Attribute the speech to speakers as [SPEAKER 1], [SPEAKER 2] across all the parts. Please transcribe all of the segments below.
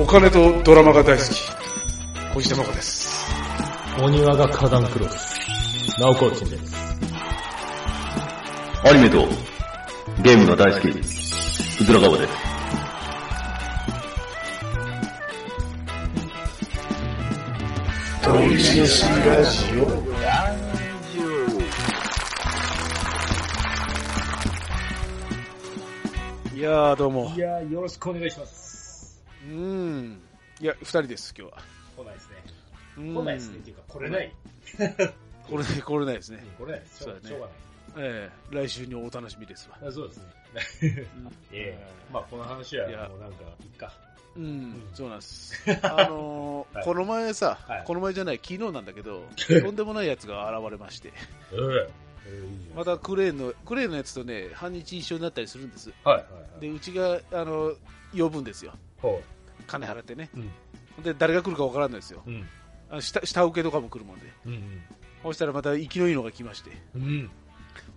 [SPEAKER 1] お金とドラマが大好き。小石真子です。
[SPEAKER 2] お庭が花壇黒です。ナオコーチンです。
[SPEAKER 3] アニメとゲームが大好き、うずらがわです。
[SPEAKER 1] いやー、どうも。
[SPEAKER 2] やー、よろしくお願いします。
[SPEAKER 1] うーん。いや、二人です、今日は。
[SPEAKER 2] 来ないですね。
[SPEAKER 1] うーん
[SPEAKER 2] 来ないですね。っていうか、来れない。
[SPEAKER 1] これ、これないですね。
[SPEAKER 2] 来れないです。しょ
[SPEAKER 1] そう
[SPEAKER 2] う
[SPEAKER 1] だね
[SPEAKER 2] しょうが
[SPEAKER 1] ええ来週にお楽しみですわ。
[SPEAKER 2] ない。あそうですね。ええ
[SPEAKER 1] う
[SPEAKER 2] まあ、この話
[SPEAKER 1] いや
[SPEAKER 2] は、もうなんか、いっか。
[SPEAKER 1] ん、うんそうなん です。あのー
[SPEAKER 2] はい
[SPEAKER 1] この前さ、
[SPEAKER 2] はい
[SPEAKER 1] この前じゃない、昨日なんだけ ど、とんでもないやつが現れまして、
[SPEAKER 2] ええええいいじゃん
[SPEAKER 1] またクレーンの、クレーンのやつとね、半日一緒になったりするんです。
[SPEAKER 2] はい。はいはい
[SPEAKER 1] で、うちが、あの、呼ぶんですよ。
[SPEAKER 2] ほ
[SPEAKER 1] 金払ってね。
[SPEAKER 2] う。うん。
[SPEAKER 1] で、誰が来るかわからんのですよ。
[SPEAKER 2] うん。
[SPEAKER 1] あの下、下請けとかも来るもんで。
[SPEAKER 2] うん。
[SPEAKER 1] そしたらまた生きのいいのが来まして。
[SPEAKER 2] うん。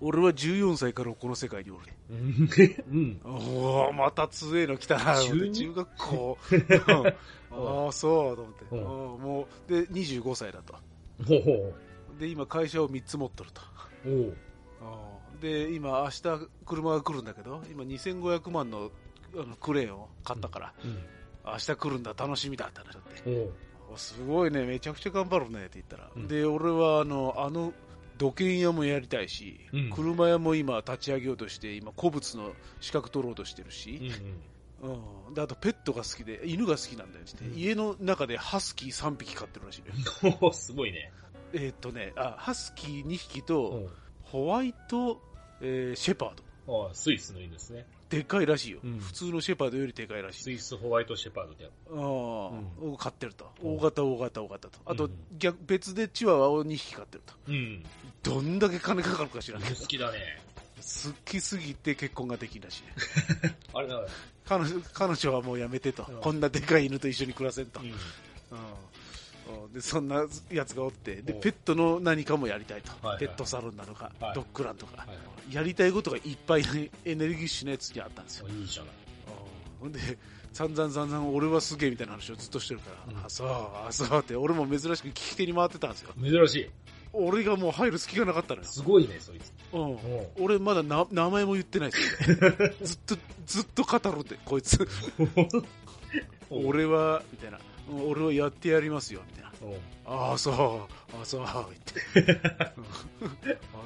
[SPEAKER 1] 俺は14歳からこの世界におる。
[SPEAKER 2] うん。うん。
[SPEAKER 1] おおまた強えの来たな。
[SPEAKER 2] 中二
[SPEAKER 1] 中学 校。うんああ、そう、と思って。
[SPEAKER 2] うん
[SPEAKER 1] うんもう、で、25歳だと。
[SPEAKER 2] ほうほう。
[SPEAKER 1] で、今、会社を3つ持っとると。
[SPEAKER 2] おう。
[SPEAKER 1] うんで、今、明日、車が来るんだけど、今、2500万のあのクレーンを買ったから、
[SPEAKER 2] うん。
[SPEAKER 1] 明日来るんだ、楽しみだって話になって。
[SPEAKER 2] おう。
[SPEAKER 1] おすごいね、めちゃくちゃ頑張るねって言ったら、
[SPEAKER 2] うん
[SPEAKER 1] で俺はあのあの土建屋もやりたいし、
[SPEAKER 2] うん
[SPEAKER 1] 車屋も今、立ち上げようとして、今、古物の資格取ろうとしてる
[SPEAKER 2] うんう
[SPEAKER 1] し、
[SPEAKER 2] ん。
[SPEAKER 1] うんであとペットが好きで、犬が好きなんだよって言って、
[SPEAKER 2] うん
[SPEAKER 1] 家の中でハスキー3匹飼ってるらしいね、
[SPEAKER 2] ほう、すごいね。
[SPEAKER 1] えーっとねあ、ハスキー2匹
[SPEAKER 2] う
[SPEAKER 1] と、
[SPEAKER 2] ん。
[SPEAKER 1] ホワイト、えーシェパード、
[SPEAKER 2] ああ、スイスの犬ですね。
[SPEAKER 1] でっかいらしいよ、
[SPEAKER 2] うん
[SPEAKER 1] 普通のシェパードよりでかいらし
[SPEAKER 2] ス
[SPEAKER 1] い。
[SPEAKER 2] イスホワイトシェパードで。
[SPEAKER 1] あーを飼ってると、
[SPEAKER 2] うん
[SPEAKER 1] 大型、大型、大型と、あと、
[SPEAKER 2] うん
[SPEAKER 1] 逆別でチワワを2匹飼ってると、
[SPEAKER 2] うん。
[SPEAKER 1] どんだけ金かかるか知らんけど、
[SPEAKER 2] 好きだね。
[SPEAKER 1] 好きすぎて結婚ができんらしいね。
[SPEAKER 2] あれだから。
[SPEAKER 1] 彼女彼女はもうやめてと
[SPEAKER 2] うん、
[SPEAKER 1] こんなでかい犬と一緒に暮らせんと、
[SPEAKER 2] うん。
[SPEAKER 1] うんうんでそんなやつがおってで、
[SPEAKER 2] おう
[SPEAKER 1] ペットの何かもやりたいと、
[SPEAKER 2] いはい
[SPEAKER 1] ペットサロンなのか、
[SPEAKER 2] はい
[SPEAKER 1] ドッグランとか、
[SPEAKER 2] はいはい
[SPEAKER 1] やりたいことがいっぱいエネルギッシュなやつにあったんですよ、
[SPEAKER 2] いいじゃない。
[SPEAKER 1] うんほんで、散々散々、俺はすげえみたいな話をずっとしてるから、
[SPEAKER 2] うん
[SPEAKER 1] あそう、あそうって、俺も珍しく聞き手に回ってたんですよ、
[SPEAKER 2] 珍しい。
[SPEAKER 1] 俺がもう入る隙がなかったのよ。
[SPEAKER 2] すごいね、そ いつ。
[SPEAKER 1] うん
[SPEAKER 2] うん
[SPEAKER 1] 俺まだな名前も言ってないですよずっとずっと語るってこいつ俺はみたいなうん俺はやってやりますよみたいなああそうああそう言って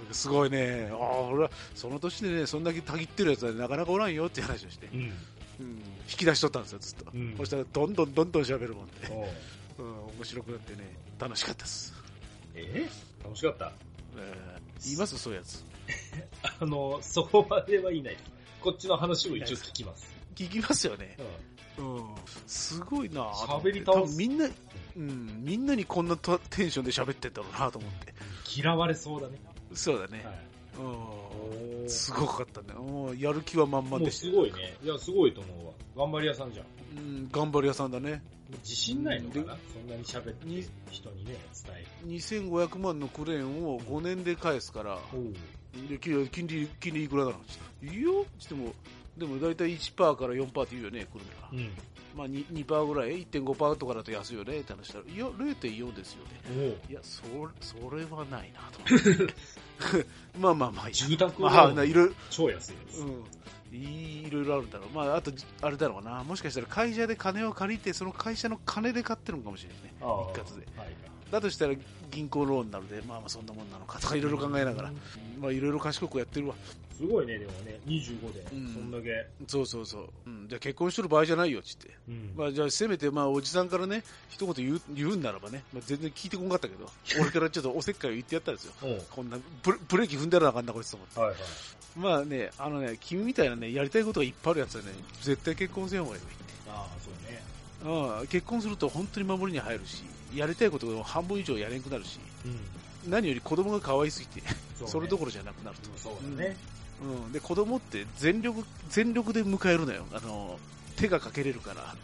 [SPEAKER 1] うんすごいねああ俺はその年でねそんだけたぎってるやつはなかなかおらんよって話をして、
[SPEAKER 2] うん。
[SPEAKER 1] うん引き出しとったんですよずっと、
[SPEAKER 2] うん
[SPEAKER 1] そしたらどんどんどんどん喋るもんで、
[SPEAKER 2] おう
[SPEAKER 1] うん、面白くなってね楽しかったです、
[SPEAKER 2] え楽しかった。
[SPEAKER 1] えー言いますそういうやつ
[SPEAKER 2] あの、そこまではいない。こっちの話を一応聞きます。
[SPEAKER 1] 聞きますよねうんすごいなぁと思って
[SPEAKER 2] 喋り倒す
[SPEAKER 1] 多分みんな、うん、みんなにこんなとテンションで喋ってんだろうなと思って。
[SPEAKER 2] 嫌われそうだね。
[SPEAKER 1] そうだね。
[SPEAKER 2] お
[SPEAKER 1] う
[SPEAKER 2] ー
[SPEAKER 1] ん。すごかったね。うんやる気は満々
[SPEAKER 2] も
[SPEAKER 1] で
[SPEAKER 2] う
[SPEAKER 1] し
[SPEAKER 2] すごいね。いや、すごいと思うわ。頑張り屋さんじゃん。
[SPEAKER 1] た。うん、頑張り屋さんだね。
[SPEAKER 2] 自信ないのか
[SPEAKER 1] う
[SPEAKER 2] なそんなに喋って人にね、伝える。
[SPEAKER 1] 2500万のクレーンを5年で返すから、で金金利、金利いくらだろうっていいよって言っても、でも大体1%から4%って言うよね、来るから。
[SPEAKER 2] うん。
[SPEAKER 1] まあ2%、2%ぐらい、1.5%とかだと安いよねって話したら、いや、0.4ですよね。
[SPEAKER 2] おう
[SPEAKER 1] いや、そそれはないなと思って。 まあまあまあいいや、
[SPEAKER 2] 住宅
[SPEAKER 1] ま
[SPEAKER 2] は
[SPEAKER 1] あ、ないろいろ、
[SPEAKER 2] 超安いで
[SPEAKER 1] う
[SPEAKER 2] す。
[SPEAKER 1] ん、いいろいろあるんだろう、まあ、あと、あれだろうな、もしかしたら会社で金を借りて、その会社の金で買ってるのかもしれないね、
[SPEAKER 2] ああ
[SPEAKER 1] 一括で。
[SPEAKER 2] はい。
[SPEAKER 1] だとしたら銀行ローンなので、まあまあそんなもんなのかとか、いろいろ考えながら、まあいろいろ賢くやってるわ、
[SPEAKER 2] すごいね、でもね、25で、そ
[SPEAKER 1] うん
[SPEAKER 2] んだけ。
[SPEAKER 1] そうそうそう、うん、じゃあ結婚してる場合じゃないよって言って。
[SPEAKER 2] うん
[SPEAKER 1] まあ、じゃあせめてまあおじさんからね一言言う言うんならばね、まあ、全然聞いてこんかったけど俺からちょっとおせっかいを言ってやったんですよ
[SPEAKER 2] おう
[SPEAKER 1] こんなブレブレーキ踏んだらなあかんなこいつと思って
[SPEAKER 2] はいはい。
[SPEAKER 1] まあね、あのね、君みたいなね、やりたいことがいっぱいあるやつはね、絶対結婚せん方がいい。
[SPEAKER 2] ああ、そうね。
[SPEAKER 1] うん、結婚すると本当に守りに入るし、やりたいことを半分以上やれんくなるし、
[SPEAKER 2] うん。
[SPEAKER 1] 何より子供が可愛すぎて、
[SPEAKER 2] そ
[SPEAKER 1] そ,、
[SPEAKER 2] うね
[SPEAKER 1] れどころじゃなくなると。
[SPEAKER 2] そうだね。
[SPEAKER 1] うん、で、子供って全力、全力で迎えるのよ。あの、手がかけれるから、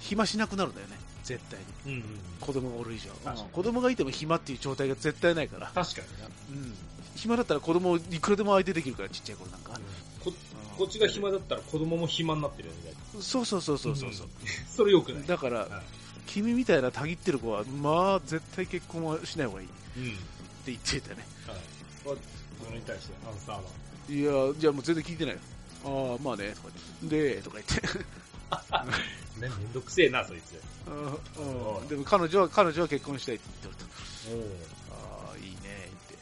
[SPEAKER 1] 暇しなくなるんだよね、絶対に。
[SPEAKER 2] うん。うん。
[SPEAKER 1] 子供がおる以上
[SPEAKER 2] 確か。に
[SPEAKER 1] うん子供がいても暇っていう状態が絶対ないから、
[SPEAKER 2] 確かにな。
[SPEAKER 1] うん、暇だったら子供いくらでも相手できるから、ちっちゃい頃なんか。うん
[SPEAKER 2] ここっちが暇だったら子供も暇になってるよね。
[SPEAKER 1] そうそうそうそうそう。
[SPEAKER 2] それよくない。
[SPEAKER 1] だから、君みたいなたぎってる子は、まあ、絶対結婚はしない方がいい。
[SPEAKER 2] うん。
[SPEAKER 1] って言ってたね。
[SPEAKER 2] はい。これに対してアンサーは。
[SPEAKER 1] いや、じゃあもう全然聞いてないよ。ああ、まあね、とか言って。で、とか 言って。
[SPEAKER 2] ね、めんどくせえな、そいつ。
[SPEAKER 1] うんうんでも彼女は、彼女は結婚したいって言ってると。
[SPEAKER 2] おお。
[SPEAKER 1] ああ、いいね、って。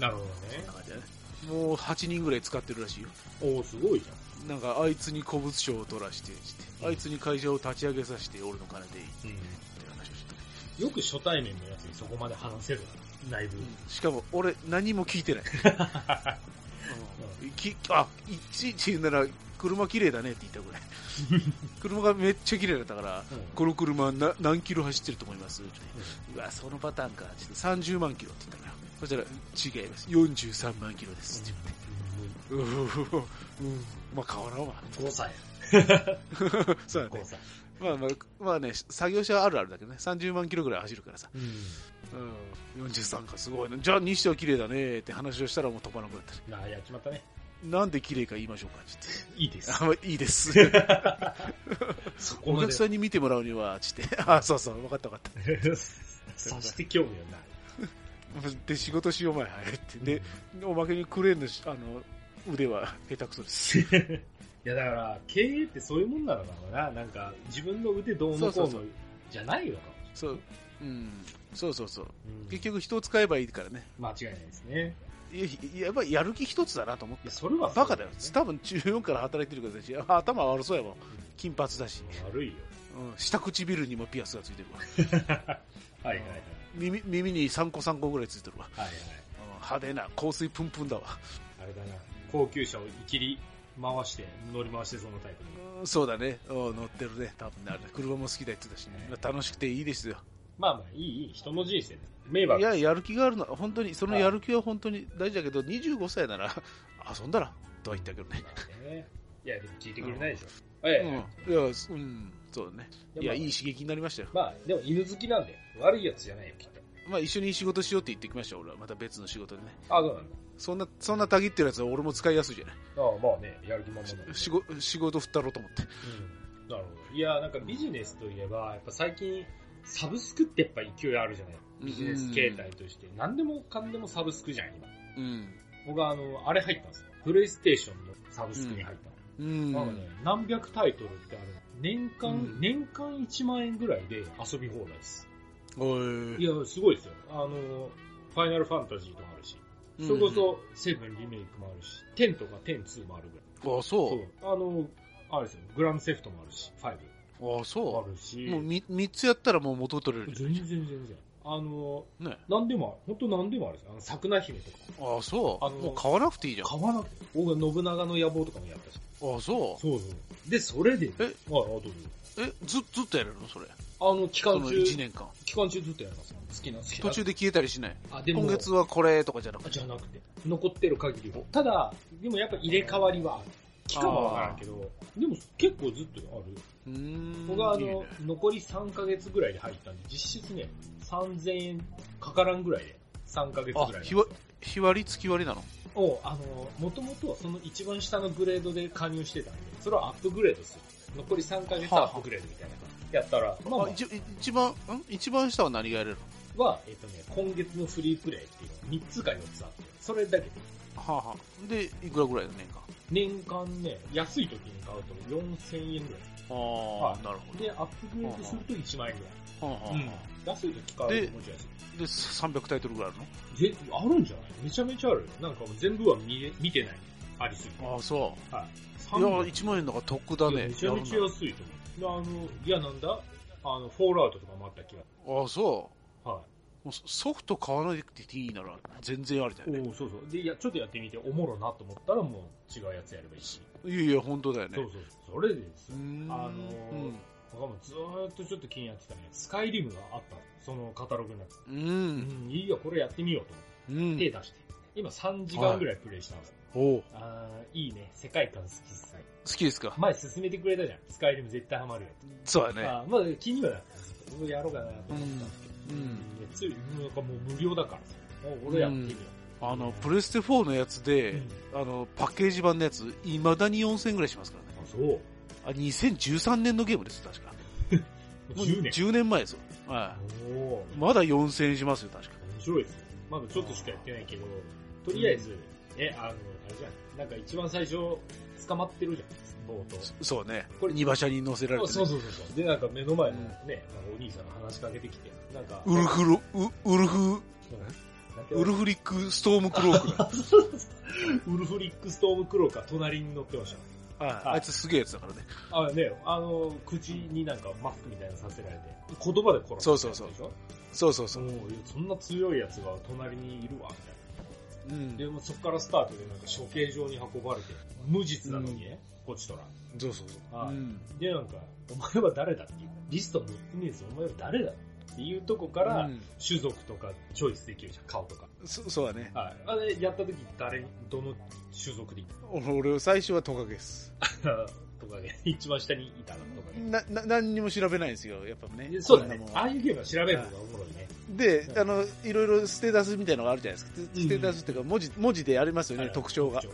[SPEAKER 2] なるほどね。
[SPEAKER 1] そんな感じだね。もう8人ぐらい使ってるらしいよ。
[SPEAKER 2] おお、すごいじゃん。
[SPEAKER 1] なんか、あいつに古物商を取らして、してあいつに会社を立ち上げさせて、俺の金でいいって
[SPEAKER 2] うん。
[SPEAKER 1] 話をしてた。
[SPEAKER 2] よく初対面のやつにそこまで話せるな、内部。
[SPEAKER 1] しかも、俺、何も聞いてない。うんきあ、いちいち言うなら、車綺麗だねって言ったぐらい。 車がめっちゃ綺麗だったから、この車な何キロ走ってると思います、うわ、そのパターンか。ちょっと30万キロって言ったから。そしたら、違います。43万キロです。って言ってうふふうん。まあ変わらん わ。
[SPEAKER 2] 5歳。
[SPEAKER 1] そうだね
[SPEAKER 2] 5。歳。
[SPEAKER 1] まあまあ、まあね、作業車あるあるだけどね。30万キロぐらい走るからさ。
[SPEAKER 2] うん。
[SPEAKER 1] うん。43か、すごいね。じゃあにしては綺麗だねって話をしたらもう飛ばなくなったね。
[SPEAKER 2] なあ、やっちまったね。
[SPEAKER 1] なんで綺麗か言いましょうか、ちょっ
[SPEAKER 2] いいで す
[SPEAKER 1] て。あ、まあいいです。
[SPEAKER 2] そ
[SPEAKER 1] お
[SPEAKER 2] こま
[SPEAKER 1] 客
[SPEAKER 2] で。
[SPEAKER 1] さんに見てもらうには、ちって。あ、そうそう、分かった分かっ
[SPEAKER 2] さして興味はない。
[SPEAKER 1] た。で、仕事しよう前、はい。って。で、おまけにクレーンのし、あの、腕は下手くそです。
[SPEAKER 2] いやだから、経営ってそういうもんなのかもな。なんか、自分の腕どうのこ
[SPEAKER 1] そう
[SPEAKER 2] う
[SPEAKER 1] そう
[SPEAKER 2] の
[SPEAKER 1] そ
[SPEAKER 2] じゃないのかも
[SPEAKER 1] そう、うん。そうそうそう。
[SPEAKER 2] しれ
[SPEAKER 1] 結
[SPEAKER 2] ない。
[SPEAKER 1] 局人を使えばいいからね。
[SPEAKER 2] 間違いないですね。
[SPEAKER 1] いやいや、やっぱりやる気一つだなと思っ
[SPEAKER 2] い
[SPEAKER 1] て
[SPEAKER 2] や、。それはそう
[SPEAKER 1] バカだよ。多分14から働いてるからだし、あ頭悪そうやもん。金髪だし。
[SPEAKER 2] 悪いよ。
[SPEAKER 1] うん。下唇にもピアスがついてるわ。
[SPEAKER 2] はいはいはい。
[SPEAKER 1] 耳、耳に3個3個ぐらいついてるわ。
[SPEAKER 2] はいはい。
[SPEAKER 1] うん派手な香水プンプンだわ。
[SPEAKER 2] あれだな。高級車をいきり回して、乗り回してそのタイプの。
[SPEAKER 1] うんそうだね、うん乗ってるね、多分ね、あれ車も好きだって言ってたしね、
[SPEAKER 2] ね
[SPEAKER 1] まあ楽しくていいですよ。
[SPEAKER 2] まあまあ、いい、いい、人の人生で。名馬
[SPEAKER 1] いや、やる気があるのは、本当に、そのやる気は本当に大事だけど、25歳なら遊んだらとは言ったけどね。
[SPEAKER 2] ね。いや、でも聞いてくれないでしょ。ええ。
[SPEAKER 1] うん、いや、うん、そうだね。いや、
[SPEAKER 2] まあ
[SPEAKER 1] いい刺激になりましたよ。
[SPEAKER 2] まあ、でも犬好きなんで、悪いやつじゃないよ、きっ
[SPEAKER 1] まあ、一緒に仕事しようって言ってきましたよ、俺は、また別の仕事でね。
[SPEAKER 2] と。あ、そうなんだ。
[SPEAKER 1] そんな、そんなたぎってるやつは俺も使いやすいじゃない。
[SPEAKER 2] ああ、まあね、やる気満々だもんね。
[SPEAKER 1] 仕事仕事振ったろうと思って。
[SPEAKER 2] うんなるほど。いや、なんかビジネスといえば、やっぱ最近、サブスクってやっぱ勢いあるじゃないビジネス形態として。何でもかんでもサブスクじゃん、今。
[SPEAKER 1] うん。
[SPEAKER 2] 僕はあの、あれ入ったんですよ。プレイステーションのサブスクに入ったの。
[SPEAKER 1] うん。
[SPEAKER 2] なので、何百タイトルってある。年間、
[SPEAKER 1] うん
[SPEAKER 2] 年間1万円ぐらいで遊び放題です。
[SPEAKER 1] お
[SPEAKER 2] い
[SPEAKER 1] い。
[SPEAKER 2] や、すごいですよ。あの、ファイナルファンタジーとかあるし、それこそ、セブンリメイクもあるし、10とか102もあるぐらい。
[SPEAKER 1] うん。あ、そ
[SPEAKER 2] そう。あの、あれですよ、グランドセフトもあるし、5。
[SPEAKER 1] う。あ、
[SPEAKER 2] あ
[SPEAKER 1] そ
[SPEAKER 2] るし、
[SPEAKER 1] う。もうみ3つやったらもう元取れるじゃ
[SPEAKER 2] 全然全然。あの、
[SPEAKER 1] ん。ね。
[SPEAKER 2] 何でもある、本当何でもあるんですよ。あの、桜姫とか。
[SPEAKER 1] ああ、そう。
[SPEAKER 2] あの
[SPEAKER 1] もう買わなくていいじゃん。あ
[SPEAKER 2] 買わなくて。僕は信長の野望とかもやったし。
[SPEAKER 1] あ、そ
[SPEAKER 2] そうそう。で、それで、
[SPEAKER 1] え
[SPEAKER 2] はい、あ、どうぞ。
[SPEAKER 1] う。え、ず、ずっとやれるのそれ。
[SPEAKER 2] あの、期
[SPEAKER 1] そ
[SPEAKER 2] 間
[SPEAKER 1] の
[SPEAKER 2] 中、
[SPEAKER 1] 1年間。
[SPEAKER 2] 期間中ずっとやりますよ。好きな、好きな。
[SPEAKER 1] 途中で消えたりしない。
[SPEAKER 2] あ、でも、
[SPEAKER 1] 今月はこれとかじゃなくて。
[SPEAKER 2] じゃなくて、残ってる限りは。ただ、でもやっぱ入れ替わりはある。期間はわからんけど、でも結構ずっとある。
[SPEAKER 1] うーん。
[SPEAKER 2] 僕はあの、
[SPEAKER 1] いいね
[SPEAKER 2] 残り3ヶ月ぐらいで入ったんで、実質ね、3000円かからんぐらいで、3ヶ月ぐらいなん
[SPEAKER 1] あ
[SPEAKER 2] です
[SPEAKER 1] 日
[SPEAKER 2] よ
[SPEAKER 1] 割日割り月割りなの
[SPEAKER 2] を、あの、もともとはその一番下のグレードで加入してたんで、それをアップグレードする。残り3ヶ月アップグレードみたいな感じ。やったら、まあ、ま
[SPEAKER 1] あ、一一番、ん一番下は何がやれるの
[SPEAKER 2] あ、は、えっ、とね、今月のフリープレイっていうのが3つか4つあって、それだけで。
[SPEAKER 1] はあ、はあ、で、いくらぐらいの年間
[SPEAKER 2] 年間ね、安い時に買うと4000円ぐらい。
[SPEAKER 1] ああ、
[SPEAKER 2] はい
[SPEAKER 1] なるほど。
[SPEAKER 2] で、アップグレードすると1万円ぐ
[SPEAKER 1] はあはあ
[SPEAKER 2] らい。うん。安い時買う
[SPEAKER 1] で
[SPEAKER 2] ともちろん安い。
[SPEAKER 1] で、300タイトルぐらいある
[SPEAKER 2] ぜあるんじゃないめちゃめちゃあるよ。なんかもう全部は見え見てない。ありすぎて。
[SPEAKER 1] のああ、そう。
[SPEAKER 2] はい。
[SPEAKER 1] いや、
[SPEAKER 2] 300
[SPEAKER 1] 1万円だから得だね。
[SPEAKER 2] めちゃめち
[SPEAKER 1] や
[SPEAKER 2] ゃ
[SPEAKER 1] る
[SPEAKER 2] 安いと思う。であの、いやなんだあの、フォールアウトとかもあった気が。
[SPEAKER 1] なああ、そう。
[SPEAKER 2] は
[SPEAKER 1] もうソソフト買わなくていいなら全然ありだよ
[SPEAKER 2] い。
[SPEAKER 1] ね。
[SPEAKER 2] おおそうそう。で、いや、ちょっとやってみて、おもろなと思ったらもう違うやつやればいいし。
[SPEAKER 1] いやいや、本当だよね。
[SPEAKER 2] そうそうそう。それでです
[SPEAKER 1] うーん。
[SPEAKER 2] よ。あ
[SPEAKER 1] う
[SPEAKER 2] の
[SPEAKER 1] ん
[SPEAKER 2] 僕はもうずーっとちょっと気になってたね。スカイリムがあったのそのカタログの中
[SPEAKER 1] う。
[SPEAKER 2] うんん、いいよ、これやってみようと思
[SPEAKER 1] う
[SPEAKER 2] って手
[SPEAKER 1] ん。
[SPEAKER 2] 出して。今3時間ぐらいプレイしたんですよ。
[SPEAKER 1] おう
[SPEAKER 2] あーいいね。世界観好きっすね。
[SPEAKER 1] 好きですか
[SPEAKER 2] 前進めてくれたじゃん。スカイリム絶対ハマるよって。
[SPEAKER 1] そうだね。
[SPEAKER 2] あーまあ気にはなったんですけど僕やろうかなと思ったんですけど。
[SPEAKER 1] うん。
[SPEAKER 2] いやついなんかもう無料だから。もう俺やってみよう。
[SPEAKER 1] あのプレステ4のやつで、あのパッケージ版のやついまだに4000円ぐらいしますからね
[SPEAKER 2] あそう
[SPEAKER 1] あ2013年のゲームです確かもう
[SPEAKER 2] 10年
[SPEAKER 1] 10年前ですよ、は
[SPEAKER 2] おお
[SPEAKER 1] い、まだ4000円しますよ確か
[SPEAKER 2] 面白いですねまだちょっとしかやってないけどとりあえず、えあのあれじゃんなんか一番最初捕まってるじゃんボート
[SPEAKER 1] そそうね
[SPEAKER 2] これ
[SPEAKER 1] 荷馬車に乗せられて、ね、
[SPEAKER 2] そうそうそうそうでなんか目の前のね、なんかお兄さんが話しかけてきてなんか
[SPEAKER 1] ウルフロウウルフ
[SPEAKER 2] なんか
[SPEAKER 1] ウルフリックストームクロークが
[SPEAKER 2] ウルフリックストームクローが隣に乗ってました
[SPEAKER 1] はいあいつすげえやつだからね
[SPEAKER 2] あねあの口になんかマスクみたいなのさせられて言葉で殺す
[SPEAKER 1] そうそうそう
[SPEAKER 2] でしょ
[SPEAKER 1] そうそうそう、
[SPEAKER 2] もういやそんな強いやつが隣にいるわみたいな
[SPEAKER 1] うん
[SPEAKER 2] で、もうそこからスタートでなんか処刑場に運ばれて、無実なのにね、こちとら。
[SPEAKER 1] そうそうそう、
[SPEAKER 2] はい
[SPEAKER 1] うん
[SPEAKER 2] で、なんか、お前は誰だっていう。リスト載ってねえぞ、お前は誰だっていうとこから、
[SPEAKER 1] うん
[SPEAKER 2] 種族とかチョイスできるじゃん、顔とか。
[SPEAKER 1] そそうだね
[SPEAKER 2] はい。あれ、やった時誰に、どの種族でい
[SPEAKER 1] 俺俺最初はトカゲです
[SPEAKER 2] たとかね、一番下にいたのとかね。
[SPEAKER 1] なな何にも調べないんですよやっぱね
[SPEAKER 2] でそうだね
[SPEAKER 1] こん。な
[SPEAKER 2] あ
[SPEAKER 1] もん
[SPEAKER 2] あいうゲームは調べるのがおもろいね。
[SPEAKER 1] で
[SPEAKER 2] う、ん
[SPEAKER 1] あの、いろいろステータスみたいなのがあるじゃないですか。
[SPEAKER 2] うん
[SPEAKER 1] ステータスっていうか、文字、文字でありますよ
[SPEAKER 2] は
[SPEAKER 1] ね
[SPEAKER 2] い、
[SPEAKER 1] 特徴が。
[SPEAKER 2] はい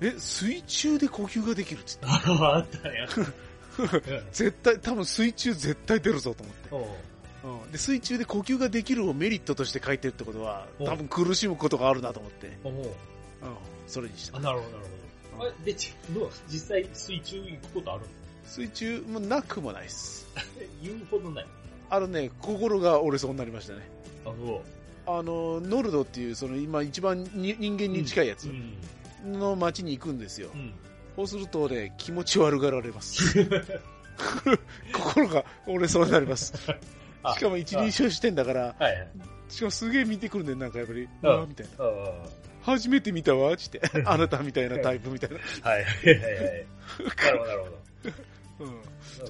[SPEAKER 1] え、水中で呼吸ができるっつって。
[SPEAKER 2] ああったね。
[SPEAKER 1] 絶対、多分水中絶対出るぞと思って。
[SPEAKER 2] おう
[SPEAKER 1] うんで、水中で呼吸ができるをメリットとして書いてるってことは、
[SPEAKER 2] うん
[SPEAKER 1] 多分苦しむことがあるなと思って。
[SPEAKER 2] おう
[SPEAKER 1] うんそれにした
[SPEAKER 2] あ、。なるほど、なるほど。あで、ちどう実際水中行くことあるの
[SPEAKER 1] 水中もなくもないです。
[SPEAKER 2] 言うほどない。
[SPEAKER 1] あのね、心が折れそうになりましたね。
[SPEAKER 2] あの、
[SPEAKER 1] あの、ノルドっていう、その今一番に人間に近いやつ
[SPEAKER 2] ん。
[SPEAKER 1] の町に行くんですよ。
[SPEAKER 2] うん。
[SPEAKER 1] こうするとね、気持ち悪がられ ます。 心が折れそうになります。
[SPEAKER 2] あ
[SPEAKER 1] しかも一人称視点だから、
[SPEAKER 2] はいはい。
[SPEAKER 1] しかもすげえ見てくるね、なんかやっぱり、
[SPEAKER 2] うん
[SPEAKER 1] ああみたいな。
[SPEAKER 2] ああ。
[SPEAKER 1] 初めて見たわ、つ って。あなたみたいなタイプみたいな。
[SPEAKER 2] はいはいはいはい。なるほど、なるほど。
[SPEAKER 1] うん、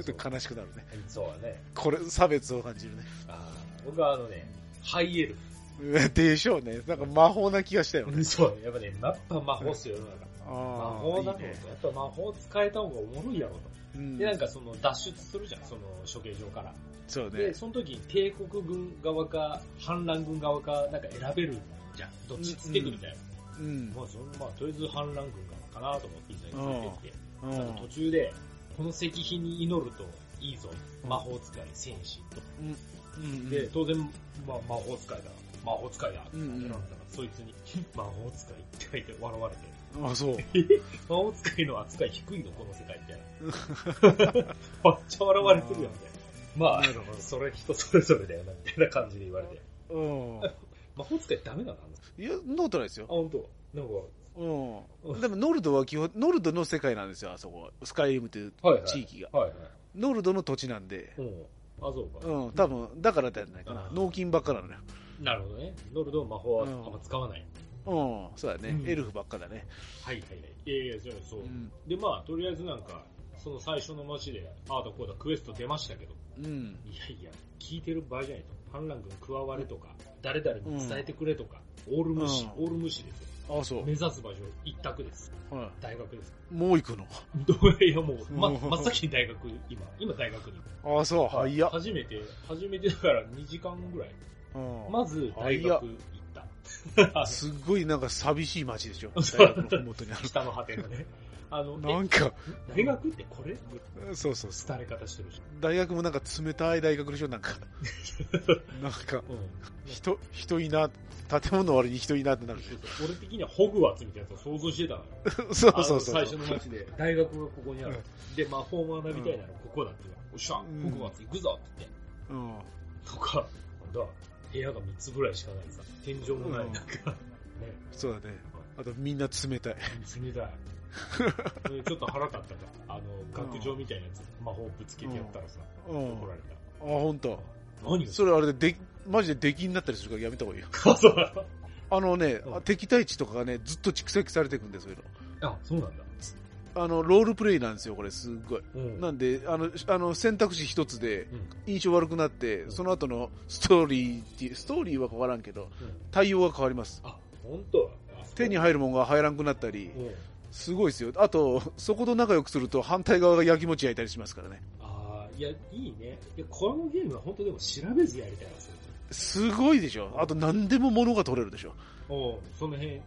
[SPEAKER 1] ちょっと悲しくなるね。
[SPEAKER 2] そうだね。
[SPEAKER 1] これ、差別を感じるね。
[SPEAKER 2] ああ僕はあのね、ハイエル
[SPEAKER 1] うんでしょうね。 なんか魔法な気がしたよね。
[SPEAKER 2] フ。そう、やっぱね、やっぱ魔法っすよ、世の中。
[SPEAKER 1] あ
[SPEAKER 2] 魔
[SPEAKER 1] あ
[SPEAKER 2] 法だと、
[SPEAKER 1] いい
[SPEAKER 2] や
[SPEAKER 1] ね
[SPEAKER 2] っぱ魔法使えた方がおもろいやろと。
[SPEAKER 1] うん
[SPEAKER 2] で、なんかその脱出するじゃん、その処刑場から。
[SPEAKER 1] そうね
[SPEAKER 2] で、。その時に帝国軍側か、反乱軍側か、なんか選べるじゃん。どっちつってくるみたいな。
[SPEAKER 1] うん。
[SPEAKER 2] まあ、そのまあ、とりあえず反乱軍かなと思っていただいてて、
[SPEAKER 1] う
[SPEAKER 2] なん
[SPEAKER 1] ん
[SPEAKER 2] か途中で、この石碑に祈るといいぞ、魔法使い、戦士と。
[SPEAKER 1] うん
[SPEAKER 2] で、当然、まあ、魔法使いだ、魔法使いだってなって
[SPEAKER 1] うん
[SPEAKER 2] た
[SPEAKER 1] う
[SPEAKER 2] か
[SPEAKER 1] ん
[SPEAKER 2] ら、そいつに、 魔法使いって書いて笑われて、
[SPEAKER 1] ああ、そう。
[SPEAKER 2] 魔法使いの扱い低いの、この世界みたいな。めっちゃ笑われてるやんみたいな。まあ
[SPEAKER 1] なるほ、ど
[SPEAKER 2] それ人それぞれだよな、みたいな感じで言われて。
[SPEAKER 1] うん。
[SPEAKER 2] 魔法使いダメだな、あの
[SPEAKER 1] いや、ノートないですよ
[SPEAKER 2] あ、。本当なんか、
[SPEAKER 1] う
[SPEAKER 2] うん
[SPEAKER 1] ん、でもノルドは基本、ノルドの世界なんですよ、あそこは、スカイリムという
[SPEAKER 2] はいはい
[SPEAKER 1] 地域が、
[SPEAKER 2] はいはい。
[SPEAKER 1] ノルドの土地なんで、
[SPEAKER 2] うん。あ、そうか。
[SPEAKER 1] うん、多分だからだゃないかな
[SPEAKER 2] あ、ー
[SPEAKER 1] 納金ばっかなのよ、
[SPEAKER 2] なるほどね。ノルドの魔法はあんま使わない。
[SPEAKER 1] うん、そうだね、
[SPEAKER 2] うん
[SPEAKER 1] エルフばっかだね、
[SPEAKER 2] はいはいはい。いやいや、じゃあそうう。
[SPEAKER 1] ん、
[SPEAKER 2] で、まあ、とりあえずなんか、その最初の街で、ああだこうだクエスト出ましたけど、
[SPEAKER 1] うん、
[SPEAKER 2] いやいや、聞いてる場合じゃないと。反乱軍加われとか、誰々に伝えてくれとか、オール無視、
[SPEAKER 1] うん
[SPEAKER 2] オール無視ですよ。
[SPEAKER 1] あそう
[SPEAKER 2] 目、指す場所一択です。
[SPEAKER 1] は
[SPEAKER 2] 大学です。
[SPEAKER 1] い、もう行くの、
[SPEAKER 2] どういやもう、ま、真っ先に大学、今、今大学に。
[SPEAKER 1] ああ、そう、はいや、
[SPEAKER 2] 初めて、初めてだから2時間ぐらい。
[SPEAKER 1] うん
[SPEAKER 2] まず、大学行った。
[SPEAKER 1] すっごいなんか寂しい街でしょ、
[SPEAKER 2] そう
[SPEAKER 1] 大学のふもとにある、
[SPEAKER 2] 北の果て のね。あの、
[SPEAKER 1] な
[SPEAKER 2] え
[SPEAKER 1] んか、
[SPEAKER 2] 大学ってこれ
[SPEAKER 1] そうそうそう、
[SPEAKER 2] 伝え方してるじ
[SPEAKER 1] 大学もなんか冷たい大学でしょ、なん か、なんか、
[SPEAKER 2] ゃん。うん。
[SPEAKER 1] 人人いな、建物割に人いなってなるでし
[SPEAKER 2] 俺的にはホグワーツみたいなやつを想像してたのよ。
[SPEAKER 1] ょ、そうそうそうそう、
[SPEAKER 2] あの最初の街で、大学がここにある。で、魔法を学びたいならここだって言うおっしゃ、ホ
[SPEAKER 1] うん
[SPEAKER 2] グワーツ行くぞって言っ
[SPEAKER 1] うん
[SPEAKER 2] て。とか、なんだ、部屋が3つぐらいしかないさ。天井もない。なんか、ね、
[SPEAKER 1] そうだね。あとみんな冷たい。
[SPEAKER 2] 冷 たい。でちょっと腹立ったじゃん。あの、学長みたいなやつ、魔法ぶつけてやったらさ、
[SPEAKER 1] うん。
[SPEAKER 2] 怒ら
[SPEAKER 1] あ、
[SPEAKER 2] れた。
[SPEAKER 1] ほんと。
[SPEAKER 2] 何が
[SPEAKER 1] それあれで、で、マジで出禁になったりするからやめた方がいいよ。
[SPEAKER 2] あそうなの
[SPEAKER 1] あのね
[SPEAKER 2] う、ん
[SPEAKER 1] 敵対地とかがね、ずっと蓄積されていくんですよ、そういう
[SPEAKER 2] あ、そうなんだ。
[SPEAKER 1] の。あの、ロールプレイなんですよ、これ、すっごい。
[SPEAKER 2] うん。
[SPEAKER 1] なんで、あの、あの選択肢一つで
[SPEAKER 2] うん
[SPEAKER 1] 印象悪くなって、その後のストーリーっていう、ストーリーは変わらんけど、
[SPEAKER 2] うん
[SPEAKER 1] 対応が変わります。
[SPEAKER 2] あ、本当あ
[SPEAKER 1] 手に入るもんが入らんくなったり、
[SPEAKER 2] うん
[SPEAKER 1] すごいですよ。あと、そこと仲良くすると反対側が焼きもち焼いたりしますからね。
[SPEAKER 2] ああ、いや、いいね。いや、このゲームは本当でも調べずやりたいわ、それ
[SPEAKER 1] すごいでしょ。あと何でも物が取れるでしょ。
[SPEAKER 2] うおその辺、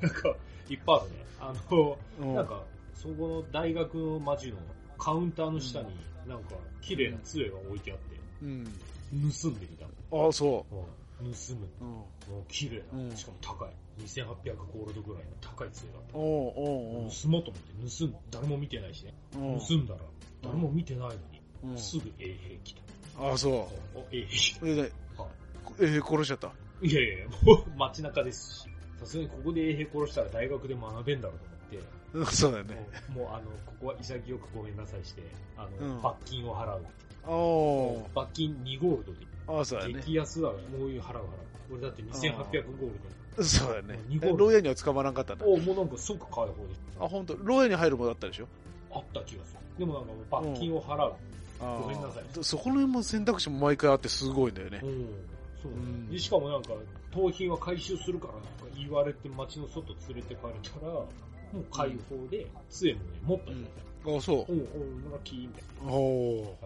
[SPEAKER 2] なんか、いっぱいあるね。あの、なんか、そこの大学の街のカウンターの下に、なんか、綺麗な杖が置いてあって、うん、盗んできた。。
[SPEAKER 1] ああ、そう
[SPEAKER 2] 盗む。うん、もう綺麗な、うん、しかも高い。2800ゴールドぐらいの高い杖だった。おおお盗もうと思って、盗ん、誰も見てないしね。盗んだら、誰も見てないのに、すぐ衛兵来た。。
[SPEAKER 1] ああ、そう
[SPEAKER 2] 衛兵来た。
[SPEAKER 1] 衛兵殺しちゃった。
[SPEAKER 2] いやいや、もう街中ですし、さすがにここで衛兵殺したら大学で学べんだろうと思って、
[SPEAKER 1] そうだね。
[SPEAKER 2] もうあの、ここは潔くごめんなさいして、あの、罰金を払う。お罰金2ゴールドで。
[SPEAKER 1] ああ、そうだね。
[SPEAKER 2] 激安だから、もう払う払う。俺だって2800ゴール
[SPEAKER 1] ド。そうだね。牢屋には捕まらんかったんだ。
[SPEAKER 2] おもうなんか即解放で
[SPEAKER 1] しあ、本当牢屋に入るものだったでしょ
[SPEAKER 2] あった気がする。でもなんか罰金を払う。ごめんなさい。。
[SPEAKER 1] そこの辺も選択肢も毎回あってすごいんだよね。うん
[SPEAKER 2] そう、うん、しかもなんか、盗品は回収するからなんか言われて街の外連れてかれたら、もう解放で、杖もね、持ったん。
[SPEAKER 1] だよ。あ、そう
[SPEAKER 2] うん、うん、なんかキーンみたい
[SPEAKER 1] な。お